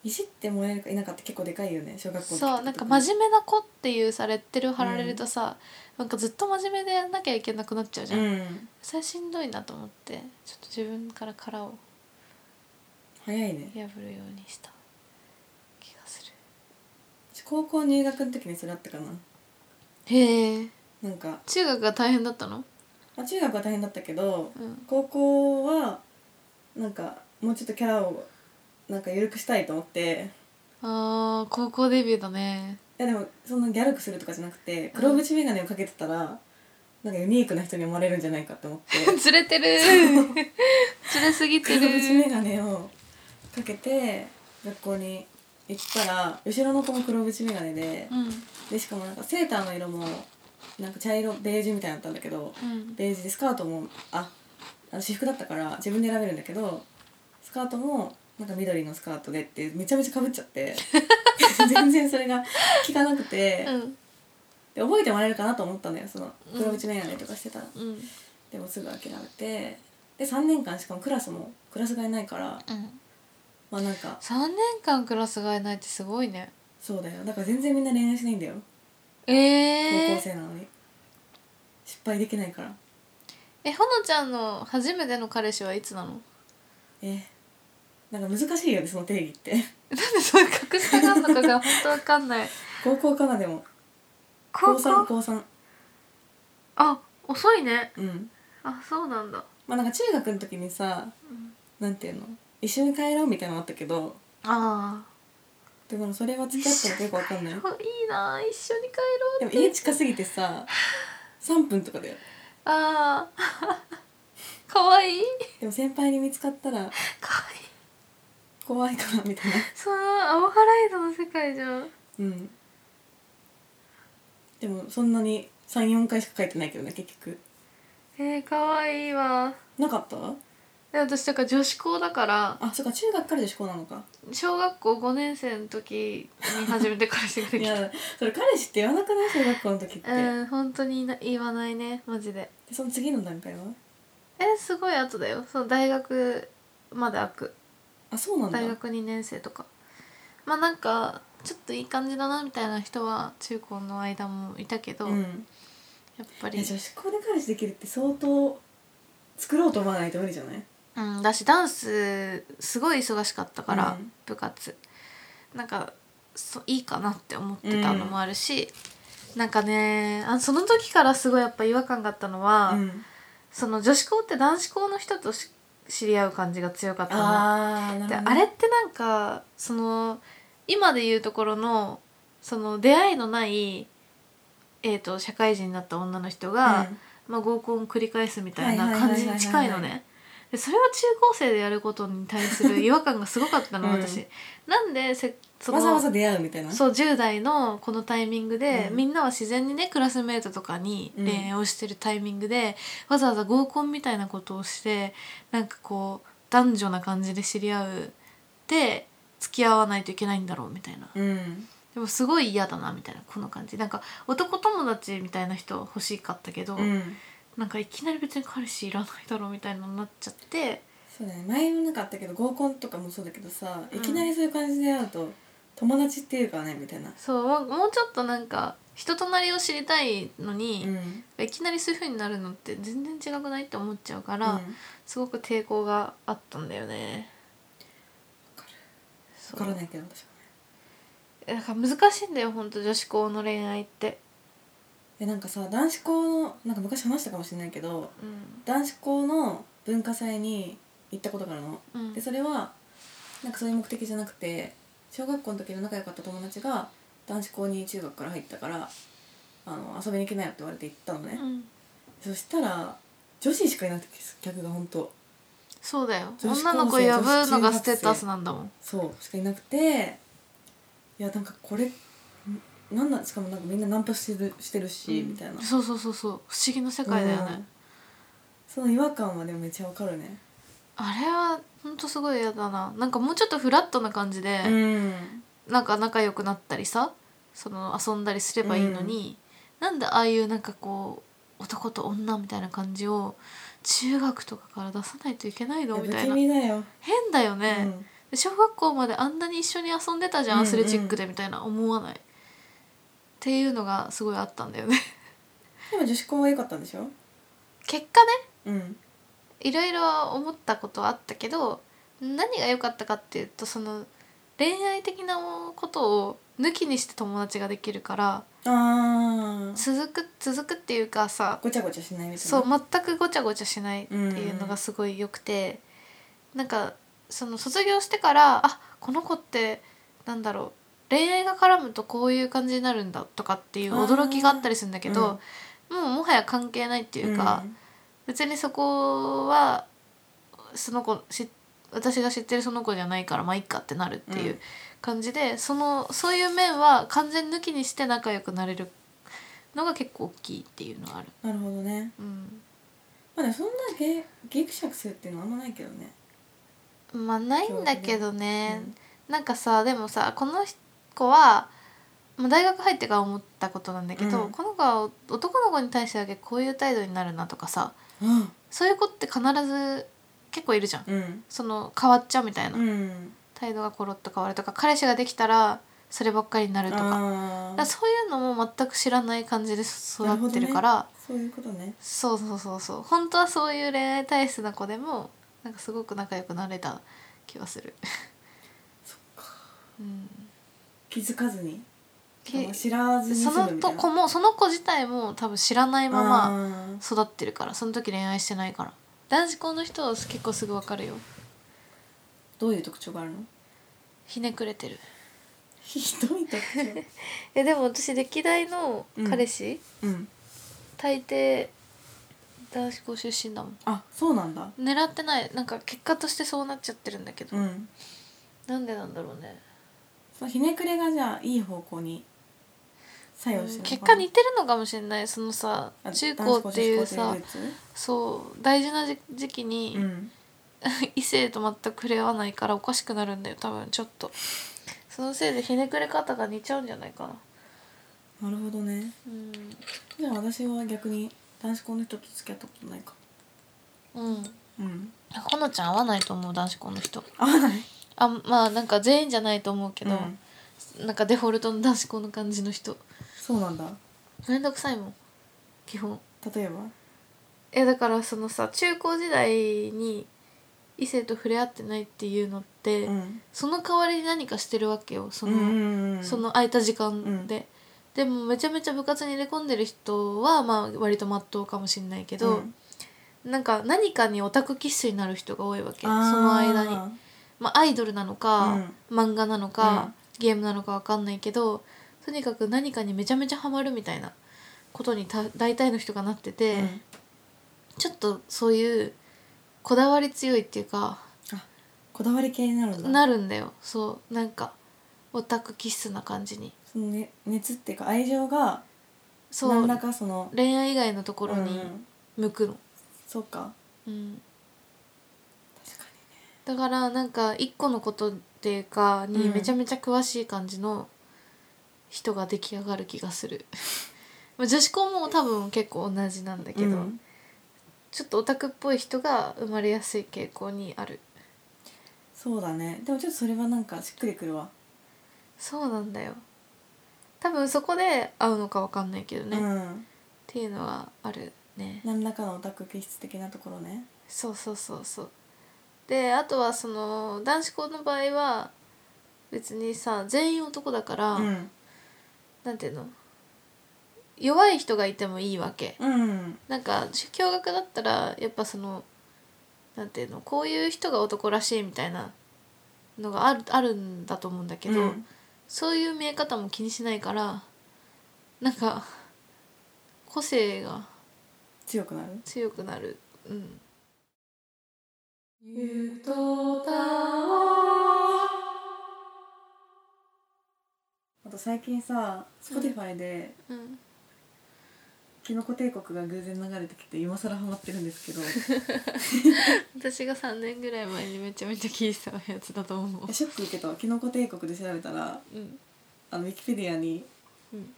いじってもらえるか否かって結構でかいよね小学校の時そうなんか真面目な子っていうさレッテル貼られるとさ、なんかずっと真面目でやんなきゃいけなくなっちゃうじゃん、うんそれしんどいなと思ってちょっと自分から殻を早いね破るようにした気がす私高校入学の時にそれあったかなるへえなんか、中学が大変だったのまあ、中学は大変だったけどうん高校はなんかもうちょっとキャラをなんか緩くしたいと思ってあー高校デビューだ ねいやでもそんなギャルくするとかじゃなくて黒縁眼鏡をかけてたらなんかユニークな人に思われるんじゃないかと思ってずれ てるずれすぎて黒る縁眼鏡をかけて学校に行ったら後ろの子も黒縁眼鏡でうんでしかもなんかセーターの色もなんか茶色ベージュみたいなのだったんだけどうんベージュでスカートもああの私服だったから自分で選べるんだけどスカートもなんか緑のスカートでってめちゃめちゃかぶっちゃって 全然それが効かなくて、うんで覚えてもらえるかなと思ったんだよその黒縁眼鏡とかしてたら、うんでもすぐ諦めてで3年間しかもクラスもクラスがいないからうんまあなんか3年間クラスがいないってすごいねそうだよだから全然みんな恋愛しないんだよえ高校えー、生なのに、失ぱいできないからえほのちゃんの初めての彼氏はいつなのなんえなんか難しいよねその定義 ってでそういう隠しがあるのかが本当わかんない高校かなでも高高三校高三あ遅いねうんあそうなんだまあなんか中学の時にさ、なんていうの一緒に帰ろうみたいなのあったけどあでもそれは付き合ったのかよくわかんないあいいな一緒に帰ろうでも家近すぎ てさ3分とかだよああかわいいでも先輩に見つかっ たらかわいい怖いからみたいなそのアオハライドの世界じゃんうんでもそんなに34回しか書いてないけどね結局えー、かわいいわなかったで私だから女子校だからあそっか中学から女子校なのか小学校5年生の時に初めて彼氏がでいきたやそれ彼氏って言わなくない小学校の時って、うん本当にいな言わないねマジででその次の段階はえすごい後だよその大学まで開くあそうなんだ大学2年生とかまあなんかちょっといい感じだなみたいな人は中高の間もいたけど、うやんっぱいりや女子校で彼氏できるって相当作ろうと思わないと無理じゃないうん、だしダンスすごい忙しかったから、うん部活なんかそういいかなって思ってたのもあるし、なんかねあその時からすごいやっぱ違和感があったのは、うん、その女子校って男子校の人とし知り合う感じが強かったの。あーなるほでどねあれってなんかその今で言うところのその出会いのない、えー、と社会人になった女の人が、まあ、合コンを繰り返すみたいな感じに近いのはいはいはいはいはねでそれは中高生でやることに対する違和感がすごかったのうん私、なんでせうそん、のわざわざ出会うみたいなそう10代のこのタイミングで、うんみんなは自然にねクラスメートとかにうん恋愛をしてるタイミングで、わざわざ合コンみたいなことをしてなんかこう男女な感じで知り合うで付き合わないといけないんだろうみたいなうんでもすごい嫌だなみたいなこの感じなんか男友達みたいな人欲しかったけど、うんなんかいきなり別に彼氏いらないだろうみたいなのになっちゃってそうだね前もなんかあったけど合コンとかもそうだけどさ、うんいきなりそういう感じで会うと友達っていうかねみたいなそうもうもうちょっとなんか人となりを知りたいのうに、んいきなりそういう風になるのって全然違くないって思っちゃうから、うんすごく抵抗があったんだよね。わそかうらないけど私はなんか難しいんだよほんと女子校の恋愛って。でなんかさ男子校のなんか昔話したかもしれないけどうん男子校の文化祭に行ったことがあるのうんでそれはなんかそういう目的じゃなくて小学校の時の仲良かった友達が男子校に中学から入ったからあの遊びに行けないよって言われて行ったのね、うんそしたら女子しかいなくて客が本当そうだよ女子高女生の子呼ぶのがステータスなんだもん。そうしかいなくていやなんかこれんなんなんしかもなんかみんなナンパしてるしてるし、みたいなそうそうそうそう不思議な世界だよね。うんその違和感はでもめっちゃわかるねあれはほんとすごい嫌だななんかもうちょっとフラットな感じで、んなんか仲良くなったりさその遊んだりすればいいのに、なんでああいうなんかこう男と女みたいな感じを中学とかから出さないといけないのみいやたい不気な味だよ、変だようね、んで小学校まであんなに一緒に遊んでたじゃん、うんうんアスレチックでみたいな思わないっていうのがすごいあったんだよね でも女子校は良かったんでしょ結果ねうんいろいろ思ったことはあったけど何が良かったかっていうとその恋愛的なことを抜きにして友達ができるからあー続く続くっていうかさごちゃごちゃしないみたいなそう全くごちゃごちゃしないっていうのがすごい良くて、なんかその卒業してからあこの子ってなんだろう恋愛が絡むとこういう感じになるんだとかっていう驚きがあったりするんだけど、もうもはや関係ないっていうか、別にそこはその子し私が知ってるその子じゃないからまあいっかってなるっていううん感じで、そのそういう面は完全抜きにして仲良くなれるのが結構大きいっていうのはある。うんなるほどねうんまあでもそんなげギクシャクするっていうのはあんまないけどねまあないんだけどね、うんなんかさでもさこの子は、まあ、大学入ってから思ったことなんだけど、うんこの子は男の子に対してだけこういう態度になるなとかさそういう子って必ず結構いるじゃん、うんその変わっちゃうみたいな、うん態度がコロッと変わるとか彼氏ができたらそればっかりになるとかだあからあそういうのも全く知らない感じでなる育ほっどてねるからそういうことねそうそうそうそう本当はそういう恋愛体質な子でもなんかすごく仲良くなれた気はする、そっかうん、気づかずにけ知らずにそ済のむみたといな子もその子自体も多分知らないままま育ってるからその時恋愛してないから男子校の人は結構すぐ分かるよどういう特徴があ るのひねくれてるひどい特徴えでも私歴代の彼氏、うん大抵男子校出身だもんあそうなんだ狙ってないなんか結果としてそうなっちゃってるんだけど、うんなんでなんだろうねそのひねくれがじゃあいい方向に作用してる結果似てるのかもしれないそのさ中高っていうさそう大事な時時期に、うん 異性と全く触れ合わないからおかしくなるんだよ多分ちょっとそのせいでひねくれ方が似ちゃうんじゃないかななるほどねうじゃあ私は逆に男子校の人と付き合ったことないかん、うん、うんほのちゃん合わないと思う男子校の人合わないあまあなんか全員じゃないと思うけけど、なんかデフォルトの男子校の感じの人そうなんだめんどくさいもん基本例えばえだからそのさ中高時代に異性と触れ合ってないっていうのって、うんその代わりに何かしてるわけよその、うんその空いた時間で、でもめちゃめちゃ部活に入れ込んでる人はまあ割とまっとうかもしんないけど、なんか何かにオタク気質になる人が多いわけその間に、まあ、アイドルなのか、漫画なのか、ゲームなのかわかんないけどとにかく何かにめちゃめちゃハマるみたいなことにた大体の人がなってて。でちょっとそういうこだわり強いっていうかこだわり系になるんだなるんだよそうなんかオタク気質な感じにそのね熱っていうか愛情がそ何らうかその恋愛以外のところうにん向くの、そうかうん、確かだからなんか一個のことっていうかにうんめちゃめちゃ詳しい感じの人が出来上がる気がする まあ女子校も多分結構同じなんだけにど、うんちょっとオタクっぽい人が生まれやすい傾向にあるそうだねでもちょっとそれはなんかしっくりくるわそうなんだよ多分そこで会うのかわかんないけどうね、んっていうのはあるね何らかのオタク気質的なところねそうそうそうそうであとはその男子校の場合は別にさ全員男だから、うんなんていうの弱い人がいてもいいわけうんなんか共学だったらやっぱそのなんていうのこういう人が男らしいみたいなのがあるあるんだと思うんだけど、うんそういう見え方も気にしないからなんか個性が強くなる強くなるうんあと最近さ Spotify でうん「キノコ帝国」が偶然流れてきて今更ハマってるんですけど 私が3年ぐらい前にめちゃめちゃ聞いてたやつだと思うショック受けたわ「キノコ帝国」で調べたらうんあのウィキペディアにうん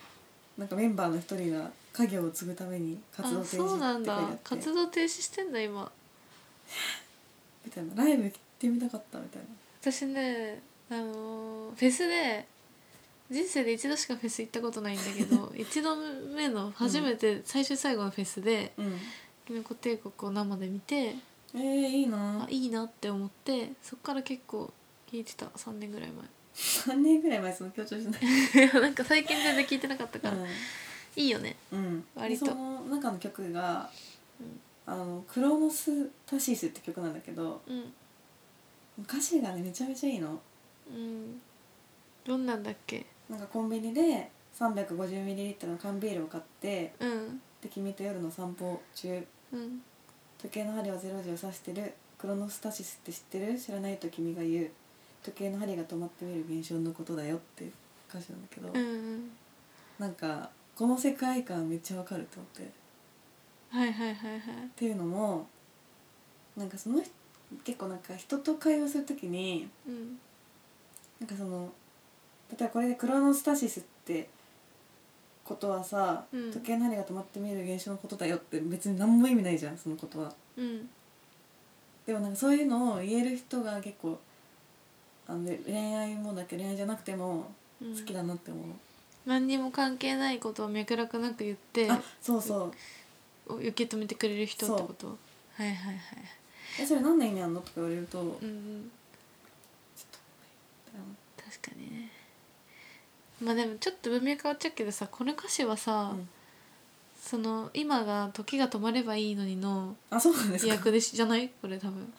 なんかメンバーの一人が家業を継ぐために活動あ停そうな止っんて書いてだあって活動停止してんだ今みたいなライブ行ってみたかったみたいな私ねあのーフェスで人生で一度しかフェス行ったことないんだけ ど一度目の初めて最終最後のフェスでうん「キノコ帝国」を生で見てえー、いいあないいなって思ってそっから結構聞いてた3年ぐらい3年ぐらい前その強調しない、前いや なんか最近全然聞いてなかったから、いいよねうんうん、割とでその中の曲がうん「あのクロノスタシス」って曲なんだけどうん歌詞がねめちゃめちゃいいのうんどんなんだっけなんかコンビニで 350ml の缶ビールを買ってうん「で君と夜の散歩中うん時計の針は0時を指してるクロノスタシスって知ってる知らないと君が言う時計の針が止まって見る現象のことだよ」っていう歌詞なんだけど、うんうんなんかこの世界観めっちゃわかると思って。はいはいはいはいっていうのもなんかその人結構なんか人と会話するときにうんなんかその例えばこれでクロノスタシスってことはさ、うん時計の針が止まって見える現象のことだよって別に何も意味ないじゃんそのことは。うんでもなんかそういうのを言える人が結構あの恋愛もだけど恋愛じゃなくてもうん好きだなって思う、何にも関係ないことを脈絡なく言ってあそうそうお受け止めてくれる人ってことはいはいはいえそれ何の意味あんのとか言われると、うんうん確かにねまあでもちょっと文明変わっちゃうけどさこの歌詞はさ、うんその今が時が止まればいいのにのあそうなんですか役でしじゃないこれ多分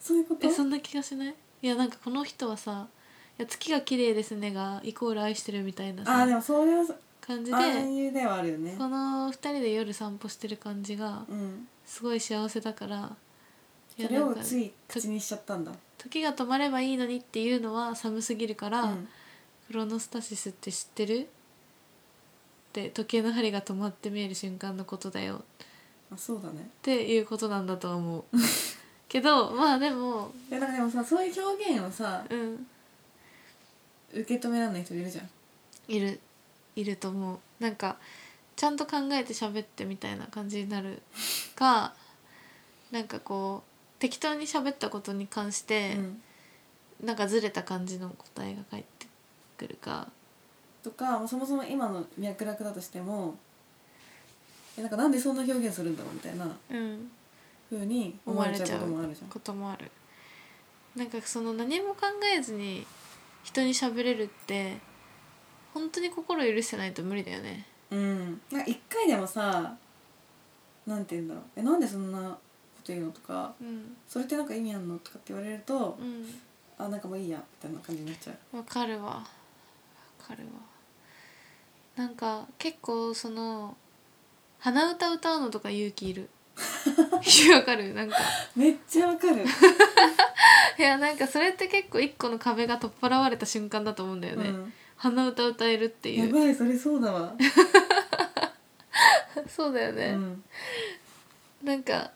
そういうことえそんな気がしないいやなんかこの人はさ「いや月が綺麗ですね」がイコール愛してるみたいなあさーでもそれは感じで暗誘ではあるよねこの2人で夜散歩してる感じがうんすごい幸せだからいやそれなんをかつい口にしちゃったんだ時が止まればいいのにっていうのは寒すぎるから、うんクロノスタシスって知ってるって時計の針が止まって見える瞬間のことだよあそうだねっていうことなんだとは 思うけどまあでもでなんかでもさそういう表現をさうん受け止められない人いるじゃんいるいると思うなんかちゃんと考えて喋ってみたいな感じになるかなんかこう適当に喋ったことに関して、うんなんかずれた感じの答えが返ってくるかとかもうそもそも今の脈絡だとしてもえなんかなんでそんな表現するんだろうみたいなうん風に思われちゃうこともあるじゃんこともあるなんかその何も考えずに人に喋れるって本当に心許してないと無理だよねうんなんか一回でもさなんて言うんだろうえなんでそんなこと言うのとかうんそれってなんか意味あんのとかって言われるとうんあなんかもういいやみたいな感じになっ ちゃうわかるわわかるわなんか結構その鼻歌歌うのとか勇気い るいやわかるなんかめっちゃわかるいやなんかそれって結構一個の壁が取っ払われた瞬間だと思うんだよね、鼻歌歌えるってうん、いやうばいそれそうだわ、 そうだようね、ん、なんか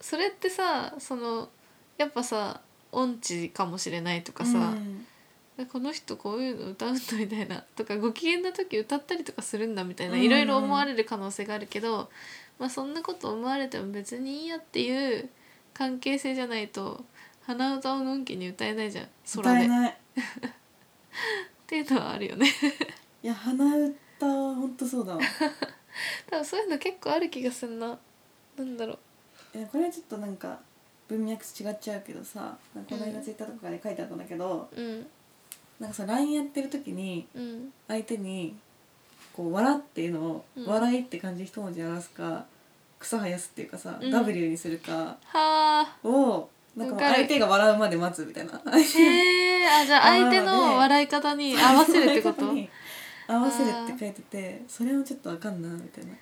それってさそのやっぱさ音痴かもしれないとかさ、うんこの人こういうの歌うんだみたいなとかご機嫌な時歌ったりとかするんだみたいなうんいろいろ思われる可能性があるけど、まあ、そんなこと思われても別にいいやっていう関係性じゃないと鼻歌をのんきに歌えないじゃん空で。歌えっないていうのはあるよね。いや鼻歌はほんとそうだわ多分そういうの結構ある気がすんな。なんだろう。えこれはちょっとなんか文脈違っちゃうけどさなんかこの間ツイッターとかで書いてあったんだけど、うんなんかさ LINE やってる時にうん相手にこう「笑」っていうのを「うん笑い」って感じ一文字で表すか草生やすっていうかさ、うん W にするかはあ。をなんかもうわかる相手が笑うまで待つみたいなへえあじゃあ相手の笑い方に 合わせるってこと相手に合わせるって書いててそれもちょっとわかんなみたいな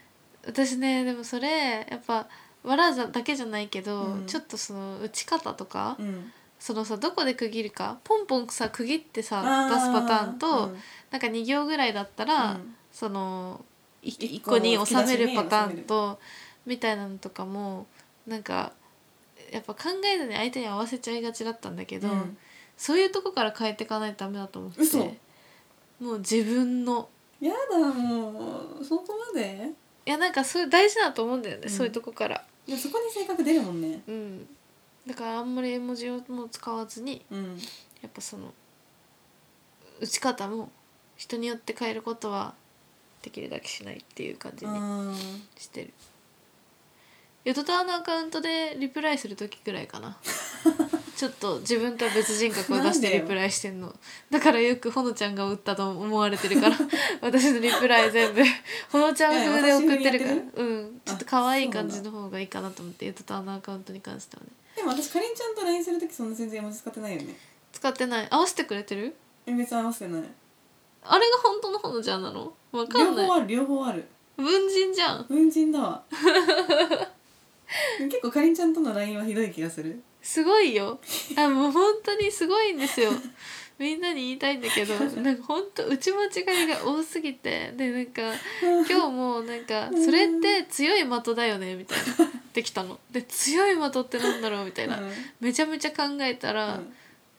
私ねでもそれやっぱ笑うじゃだけじゃないけど、うんちょっとその打ち方とか、うんそのさどこで区切るかポンポンさ区切ってさあ出ーすパターンと、うんなんか2行ぐらいだったら、うんその一1個個にに収収めめるるパターンとみたいなのとかもなんかやっぱ考えずに相手に合わせちゃいがちだったんだけど、うんそういうとこから変えていかないとダメだと思って嘘もう自分のやだもうそこまでいやなんかそういう大事だと思うんだよね、うんそういうとこからでもそこに性格出るもんねうんだからあんまり絵文字をもう使わずにうんやっぱその打ち方も人によって変えることはできるだけしないっていう感じにあしてるヨトタワのアカウントでリプライする時くらいか なちょっと自分とは別人格を出してリプライしてんのだからよくほのちゃんが打ったと思われてる から私のリプライ全部ほのちゃん風で送ってるからえ私風にやってうんちょっと可愛い感じの方がいいかなと思ってヨトタワのアカウントに関してはねでも私かりんちゃんと LINE する時そんな全然絵文字使ってないよね使ってない合わせてくれてるえ別に合わせてないあれが本当のほのちゃんなのわか両んない方ある両方ある文人じゃん文人だわ でも結構かりんちゃんとの LINE はひどい気がするすごいよあもう本当にすごいんですよみんなに言いたいんだけどなんか本当打ち間違いが多すぎてでなんか今日もなんか「それって強い的だよね」みたいなできたので強い的ってなんだろうみたいなうんめちゃめちゃ考えたらうん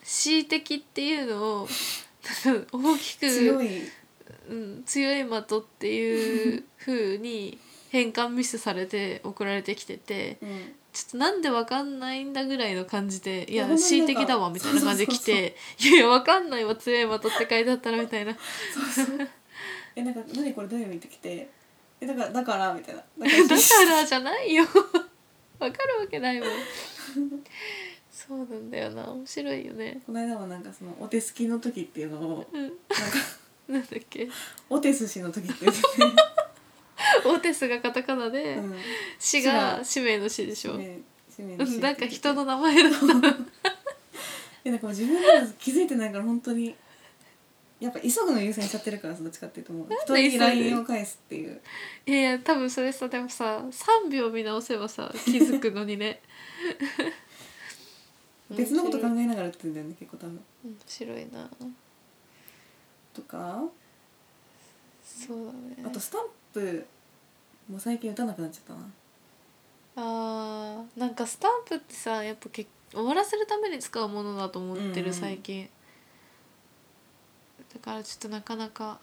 恣意的っていうのをなんか大きく強いうん、強い的っていう風に変換ミスされて送られてきててうん「ちょっとなんでわかんないんだぐらいの感じで「いやいやほんまに恣なん意か的だわ」みたいな感じで来て「いやいやわかんないわ強いまとって書いてあったら」みたい な「えなんか何これどういう意味ってきてえだからだからみたいなだ だから」じゃないよ わかるわけないもんそうなんだよな面白いよねこの間もなんかそのお手すきの時っていうのをうんなんかなんだっけお手寿司の時って言ってオテスがカタカナて、でうん、 「死」が氏名の「死」 でしょ、ね使命うの死ん、ってな言んってかて人の 名前だったえなんかもう自分では気づいてないから本当にやっぱ急ぐの優先しちゃってるからどっちかっていうともう人で急いでに LINE を返すっていういやいや多分それさでもさ3秒見直せばさ気づくのに ね別のこと考えながらやってんだよね結構多分面白いなとかそうだねあとスタンプも最近打たなくなっちゃったなあーなんかスタンプってさやっぱけ終わらせるために使うものだと思ってうんうるん最近、だからちょっとなかなか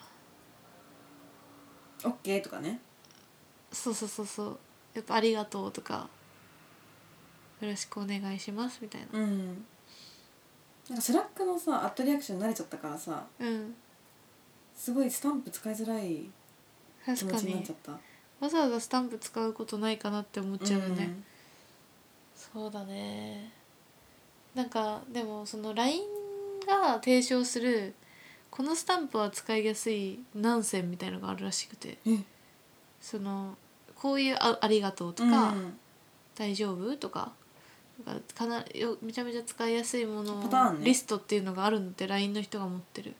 OK とかねそうそうそうそうやっぱ「ありがとう」とか「よろしくお願いします」みたいなうんなんかスラックのさアットリアクション慣れちゃったからさうんすごいスタンプ使いづらい気確持かちになっちゃにったわざわざスタンプ使うことないかなって思っちゃうよね、うんそうだねなんかでもその LINE が提唱するこのスタンプは使いやすい何銭みたいのがあるらしくてえそのこういうあ「ありがとう」とか「うん大丈夫?」とかなんかかなよめちゃめちゃ使いやすいものパターンねリストっていうのがあるのって LINE の人が持ってる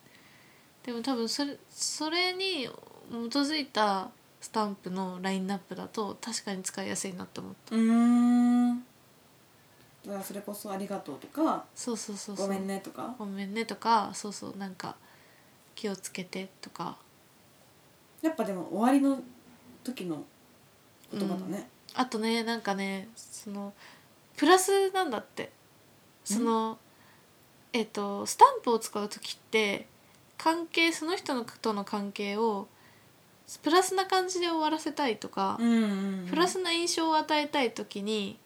でも多分それそれに基づいたスタンプのラインナップだと確かに使いやすいなって思ったうーんだからそれこそ「ありがとう」とかそうそうそう「そごうめんね」とかごめんねとかそうそうなんか気をつけてとかやっぱでも終わりの時の言葉だね、あとねなんかねそのプラスなんだってそのえっ、とスタンプを使う時って関係その人のとの関係をプラスな感じで終わらせたいとか、うんうんうんプラスな印象を与えたい時に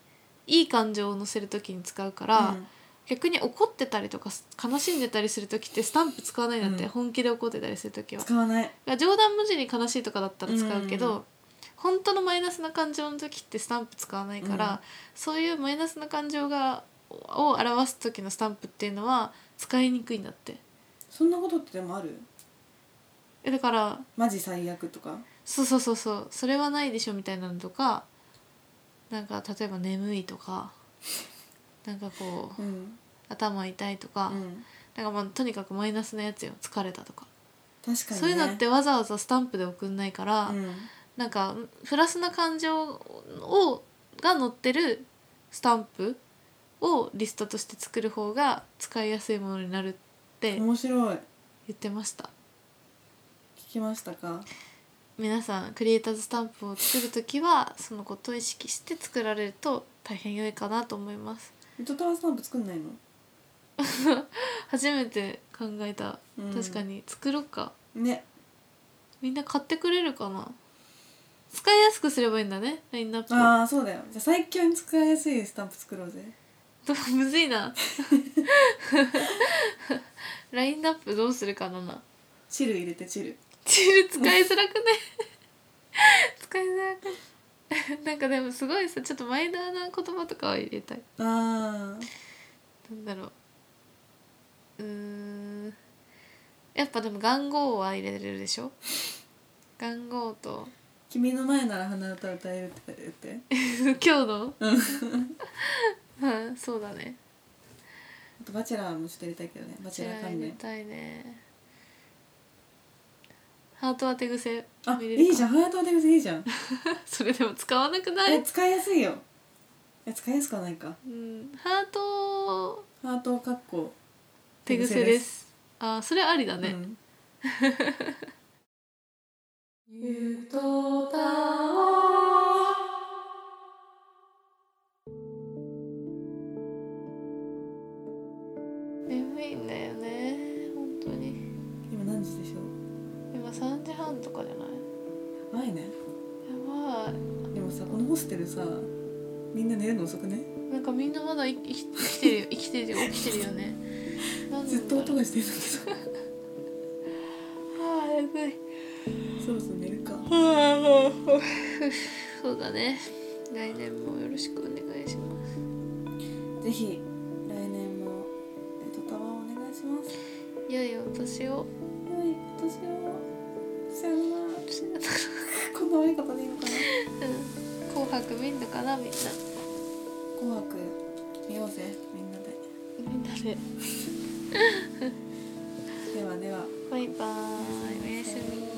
いい感情を乗せる時に使うから、うん逆に怒ってたりとか悲しんでたりする時ってスタンプ使わないんだって、うん本気で怒ってたりする時は。使わない冗談無視に悲しいとかだったら使うけど、う本当のマイナスな感情の時ってスタンプ使わないから、うんそういうマイナスな感情がを表す時のスタンプっていうのは使いにくいんだってそんなことってでもあるえだからマジ最悪とかそうそうそうそうそれはないでしょみたいなのとかなんか例えば眠いとかなんかこううん、頭痛いとか、うん、なんかまあとにかくマイナスなやつよ疲れたとか、確かに、ね、そういうのってわざわざスタンプで送んないから、うん、なんかプラスな感情をが載ってるスタンプをリストとして作る方が使いやすいものになるって言面白い聞ってましたきましたか皆さんクリエイターズスタンプを作る時はそのことを意識して作られると大変良いかなと思いますミッドタワースタンプ作んないの初めて考えた、うん確かに作ろうかねみんな買ってくれるかな使いやすくすればいいんだねラインナップをああそうだよじゃあ最強に使いやすいスタンプ作ろうぜどうむずいなラインナップどうするかななチル入れてチルチル使いづらくね使いづらくねなんかでもすごいさちょっとマイナーな言葉とかは入れたいああなんだろううーんやっぱでも元号は入れれるでしょ元号と 君の前なら鼻歌歌えるって言って今日の うんそうだねあとバチェラーもちょっと入れたいけどねバチチェララー入関れ連たいねハート当て癖あ入れるかいいじゃんハートでいいじゃんそれでも使わなくないえ使いやすいよえ使いやすくはないかうん、ハートハートをかっこ手癖ですあそれありだね、うん眠いんだよね本当に今何時でしょう今3時半とかじゃないやばいねやばいでもさこのホステルさみんな寝るの遅くねなんかみんなまだい生き生きてるよ生きてるよ起きてるよねなんだろうずっと音がしてるんだけああやばい どそろそろ寝るかそうだね来年もよろしくお願いしますぜひ来年もえっとタワーお願いします良いお年を 良いお年をさよならこんな悪い方でいいのかなうん紅白見んのかなみんな紅白見ようぜみんなでみんなでではではバイバーイおやすみ